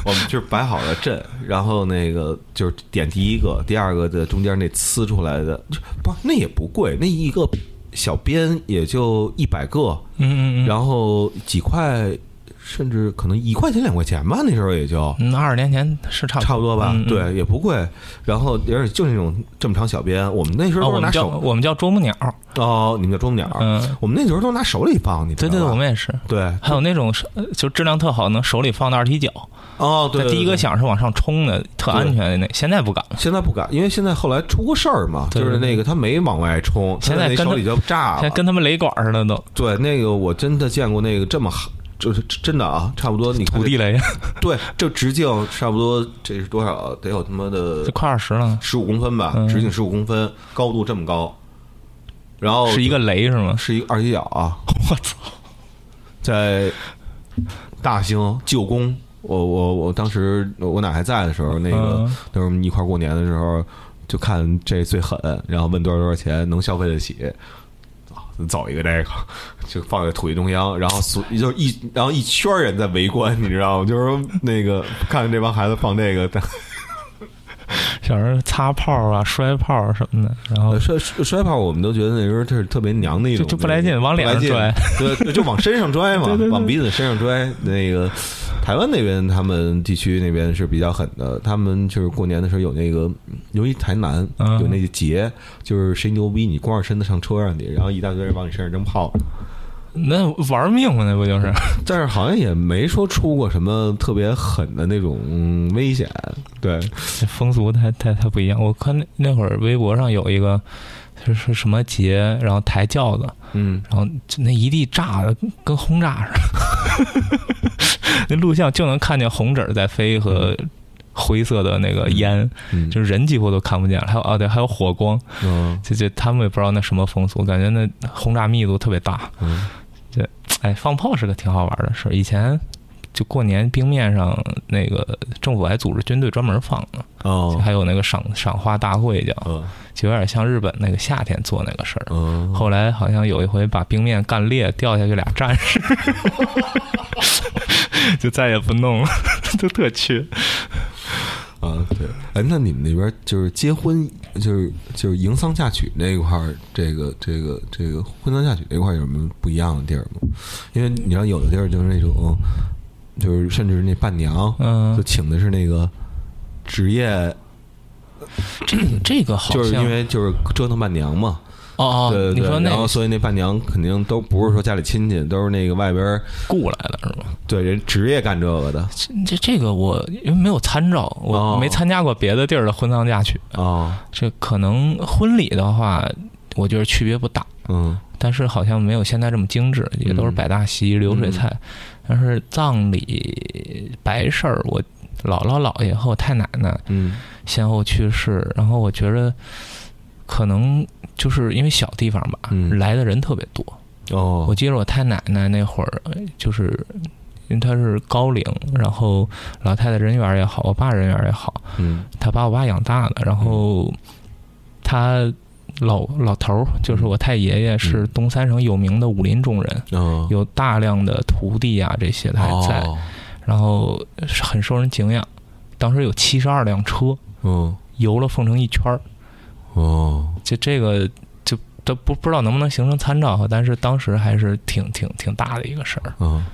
Speaker 1: 我们就是摆好了阵，然后那个就是点第一个，第二个的中间那呲出来的，就不那也不贵，那一个小鞭也就一百个，
Speaker 2: 嗯嗯嗯。
Speaker 1: 然后几块，甚至可能一块钱两块钱吧，那时候也就。
Speaker 2: 嗯，二十年前是差
Speaker 1: 差不多吧，
Speaker 2: 嗯嗯
Speaker 1: 对，也不贵。然后而且就那种这么长小鞭，我们那时
Speaker 2: 哦，
Speaker 1: 候都
Speaker 2: 我
Speaker 1: 是
Speaker 2: 们
Speaker 1: 拿
Speaker 2: 叫
Speaker 1: 手
Speaker 2: 我们叫啄木鸟。
Speaker 1: 哦，你们叫啄木鸟儿，
Speaker 2: 嗯，
Speaker 1: 我们那时候都拿手里放，你知
Speaker 2: 对
Speaker 1: 道吧？
Speaker 2: 对，对我们也是。
Speaker 1: 对
Speaker 2: 还有那种是呃就质量特好，能手里放的二踢脚，
Speaker 1: 哦，对，
Speaker 2: 那
Speaker 1: 对
Speaker 2: 第一个
Speaker 1: 对
Speaker 2: 响是往上冲的，特安全的那。现在不敢了，
Speaker 1: 现在不敢，因为现在后来出过事儿嘛，
Speaker 2: 对
Speaker 1: 就是
Speaker 2: 对对
Speaker 1: 那个他没往外冲，
Speaker 2: 现在
Speaker 1: 他那
Speaker 2: 跟
Speaker 1: 手
Speaker 2: 他
Speaker 1: 里就炸
Speaker 2: 现在
Speaker 1: 了。
Speaker 2: 跟他们雷管似的都
Speaker 1: 对，那个我真的见过那个这么好，就是真的啊，差不多你看
Speaker 2: 土地雷，
Speaker 1: 这对，这直径差不多这是多少？得有他妈
Speaker 2: 就
Speaker 1: 的
Speaker 2: 快二十了，
Speaker 1: 十五公分吧，
Speaker 2: 嗯
Speaker 1: 直径十五公分，高度这么高，然后
Speaker 2: 是一个雷是 吗？
Speaker 1: 是一个二踢脚啊，
Speaker 2: 我操！
Speaker 1: 在大兴旧宫，我我我当时我奶还在的时候，那个、
Speaker 2: 嗯
Speaker 1: 那时候我们一块儿过年的时候，就看这最狠，然后问多少多少钱能消费得起。啊走一个这个， 就放在土地中央，然后所就一然后一圈人在围观，你知道吗？就是说那个看这帮孩子放这个，
Speaker 2: 小时候擦炮啊、摔炮什么的，然后
Speaker 1: 摔摔摔炮，我们都觉得那时候这是特别娘的一
Speaker 2: 哦就
Speaker 1: 种，
Speaker 2: 就不来劲，往脸上
Speaker 1: 不来劲
Speaker 2: 拽。
Speaker 1: 对，对就往身上拽嘛，
Speaker 2: 对对对
Speaker 1: 往鼻子身上拽。那个台湾那边，他们地区那边是比较狠的，他们就是过年的时候有那个，由于台南
Speaker 2: 嗯
Speaker 1: 呃有那个节，就是谁牛逼，你光着身子上车上去，然后一大堆人往你身上扔炮，
Speaker 2: 那玩命嘛，那不就是？
Speaker 1: 但是好像也没说出过什么特别狠的那种嗯危险。对，
Speaker 2: 这风俗太太太不一样。我看那那会儿微博上有一个，就是什么节，然后抬轿子，
Speaker 1: 嗯，
Speaker 2: 然后就那一地炸的跟轰炸似的， 那录像就能看见红纸儿在飞和灰色的那个烟，
Speaker 1: 嗯
Speaker 2: 就是人几乎都看不见了。还有啊，对，还有火光，
Speaker 1: 嗯
Speaker 2: 就就他们也不知道那什么风俗，感觉那轰炸密度特别大。
Speaker 1: 嗯
Speaker 2: 哎，放炮是个挺好玩的事儿。以前就过年冰面上，那个政府还组织军队专门放呢，
Speaker 1: 哦
Speaker 2: 还有那个赏赏花大会叫，
Speaker 1: 嗯
Speaker 2: 就有点像日本那个夏天做那个事儿。
Speaker 1: 嗯，
Speaker 2: 后来好像有一回把冰面干裂，掉下去俩战士， 就再也不弄了， 就特缺。
Speaker 1: 啊，对，哎，那你们那边就是结婚，就是就是迎丧嫁娶那一块儿，这个这个这个婚丧嫁娶这块儿有什么不一样的地儿吗？因为你知道，有的地儿就是那种，就是甚至那伴娘就
Speaker 2: 嗯，
Speaker 1: 请的是那个职业，
Speaker 2: 这个好像
Speaker 1: 就是因为就是折腾伴娘嘛，
Speaker 2: 哦
Speaker 1: 对
Speaker 2: 哦，你
Speaker 1: 对
Speaker 2: 说
Speaker 1: 对，
Speaker 2: 那
Speaker 1: 然后
Speaker 2: 个
Speaker 1: 所以那伴娘肯定都不是说家里亲戚，都是那个外边儿
Speaker 2: 雇来的是吗？
Speaker 1: 对人职业干这个的
Speaker 2: 这这个我因为没有参照，
Speaker 1: 哦
Speaker 2: 我没参加过别的地儿的婚丧嫁娶。
Speaker 1: 哦，
Speaker 2: 这可能婚礼的话，我觉得区别不大。
Speaker 1: 嗯
Speaker 2: 但是好像没有现在这么精致，也都是摆大席、流水菜。但是葬礼白事儿，我姥姥、姥爷和我太奶奶
Speaker 1: 嗯
Speaker 2: 先后去世，然后我觉着可能就是因为小地方吧，
Speaker 1: 嗯
Speaker 2: 来的人特别多。
Speaker 1: 哦
Speaker 2: 我记得我太奶奶那会儿，就是因为她是高龄，然后老太太人缘儿也好，我爸人缘儿也好，
Speaker 1: 嗯
Speaker 2: 她把我爸养大的。然后她老老头儿，就
Speaker 1: 嗯
Speaker 2: 是我太爷爷，是东三省有名的武林中人，
Speaker 1: 哦
Speaker 2: 有大量的徒弟啊这些他还在，
Speaker 1: 哦
Speaker 2: 然后是很受人敬仰。当时有七十二辆车
Speaker 1: 嗯
Speaker 2: 游了凤城一圈儿，
Speaker 1: 哦
Speaker 2: 就这个就都不不知道能不能形成参照，啊但是当时还是挺挺挺大的一个事儿。
Speaker 1: 嗯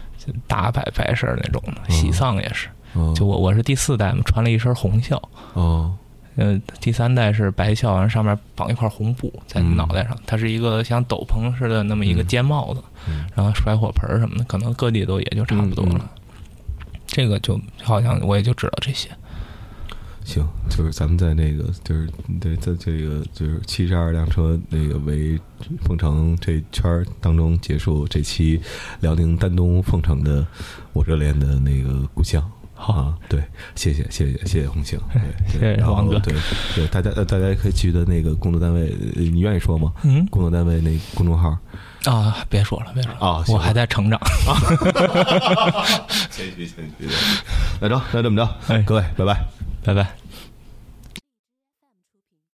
Speaker 2: 大摆白事儿那种的，
Speaker 1: 嗯
Speaker 2: 喜丧也是。
Speaker 1: 嗯
Speaker 2: 就我我是第四代嘛，穿了一身红孝，
Speaker 1: 哦
Speaker 2: 呃，第三代是白孝，然后上面绑一块红布在
Speaker 1: 嗯
Speaker 2: 脑袋上，它是一个像斗篷似的那么一个
Speaker 1: 嗯
Speaker 2: 尖帽子，
Speaker 1: 嗯
Speaker 2: 然后甩火盆儿什么的，可能各地都也就差不多了。
Speaker 1: 嗯
Speaker 2: 这个就好像我也就知道这些，
Speaker 1: 行，就是咱们在那个，就是对，在这个就是七十二辆车那个围凤城这圈儿当中结束这期辽宁丹东凤城的我热恋的那个故乡。好、啊，对，谢谢，谢谢，谢谢红星，对，对
Speaker 2: 哎谢谢
Speaker 1: 然后
Speaker 2: 王哥
Speaker 1: 对，对，大家呃，大家可以去的那个工作单位，呃你愿意说吗？
Speaker 2: 嗯
Speaker 1: 工作单位那公众号
Speaker 2: 啊，别说了，别说了，
Speaker 1: 啊，行
Speaker 2: 我还在成长，
Speaker 1: 谦虚谦虚的，那着，那这么着，
Speaker 2: 哎
Speaker 1: 各位，拜拜。
Speaker 2: 拜拜。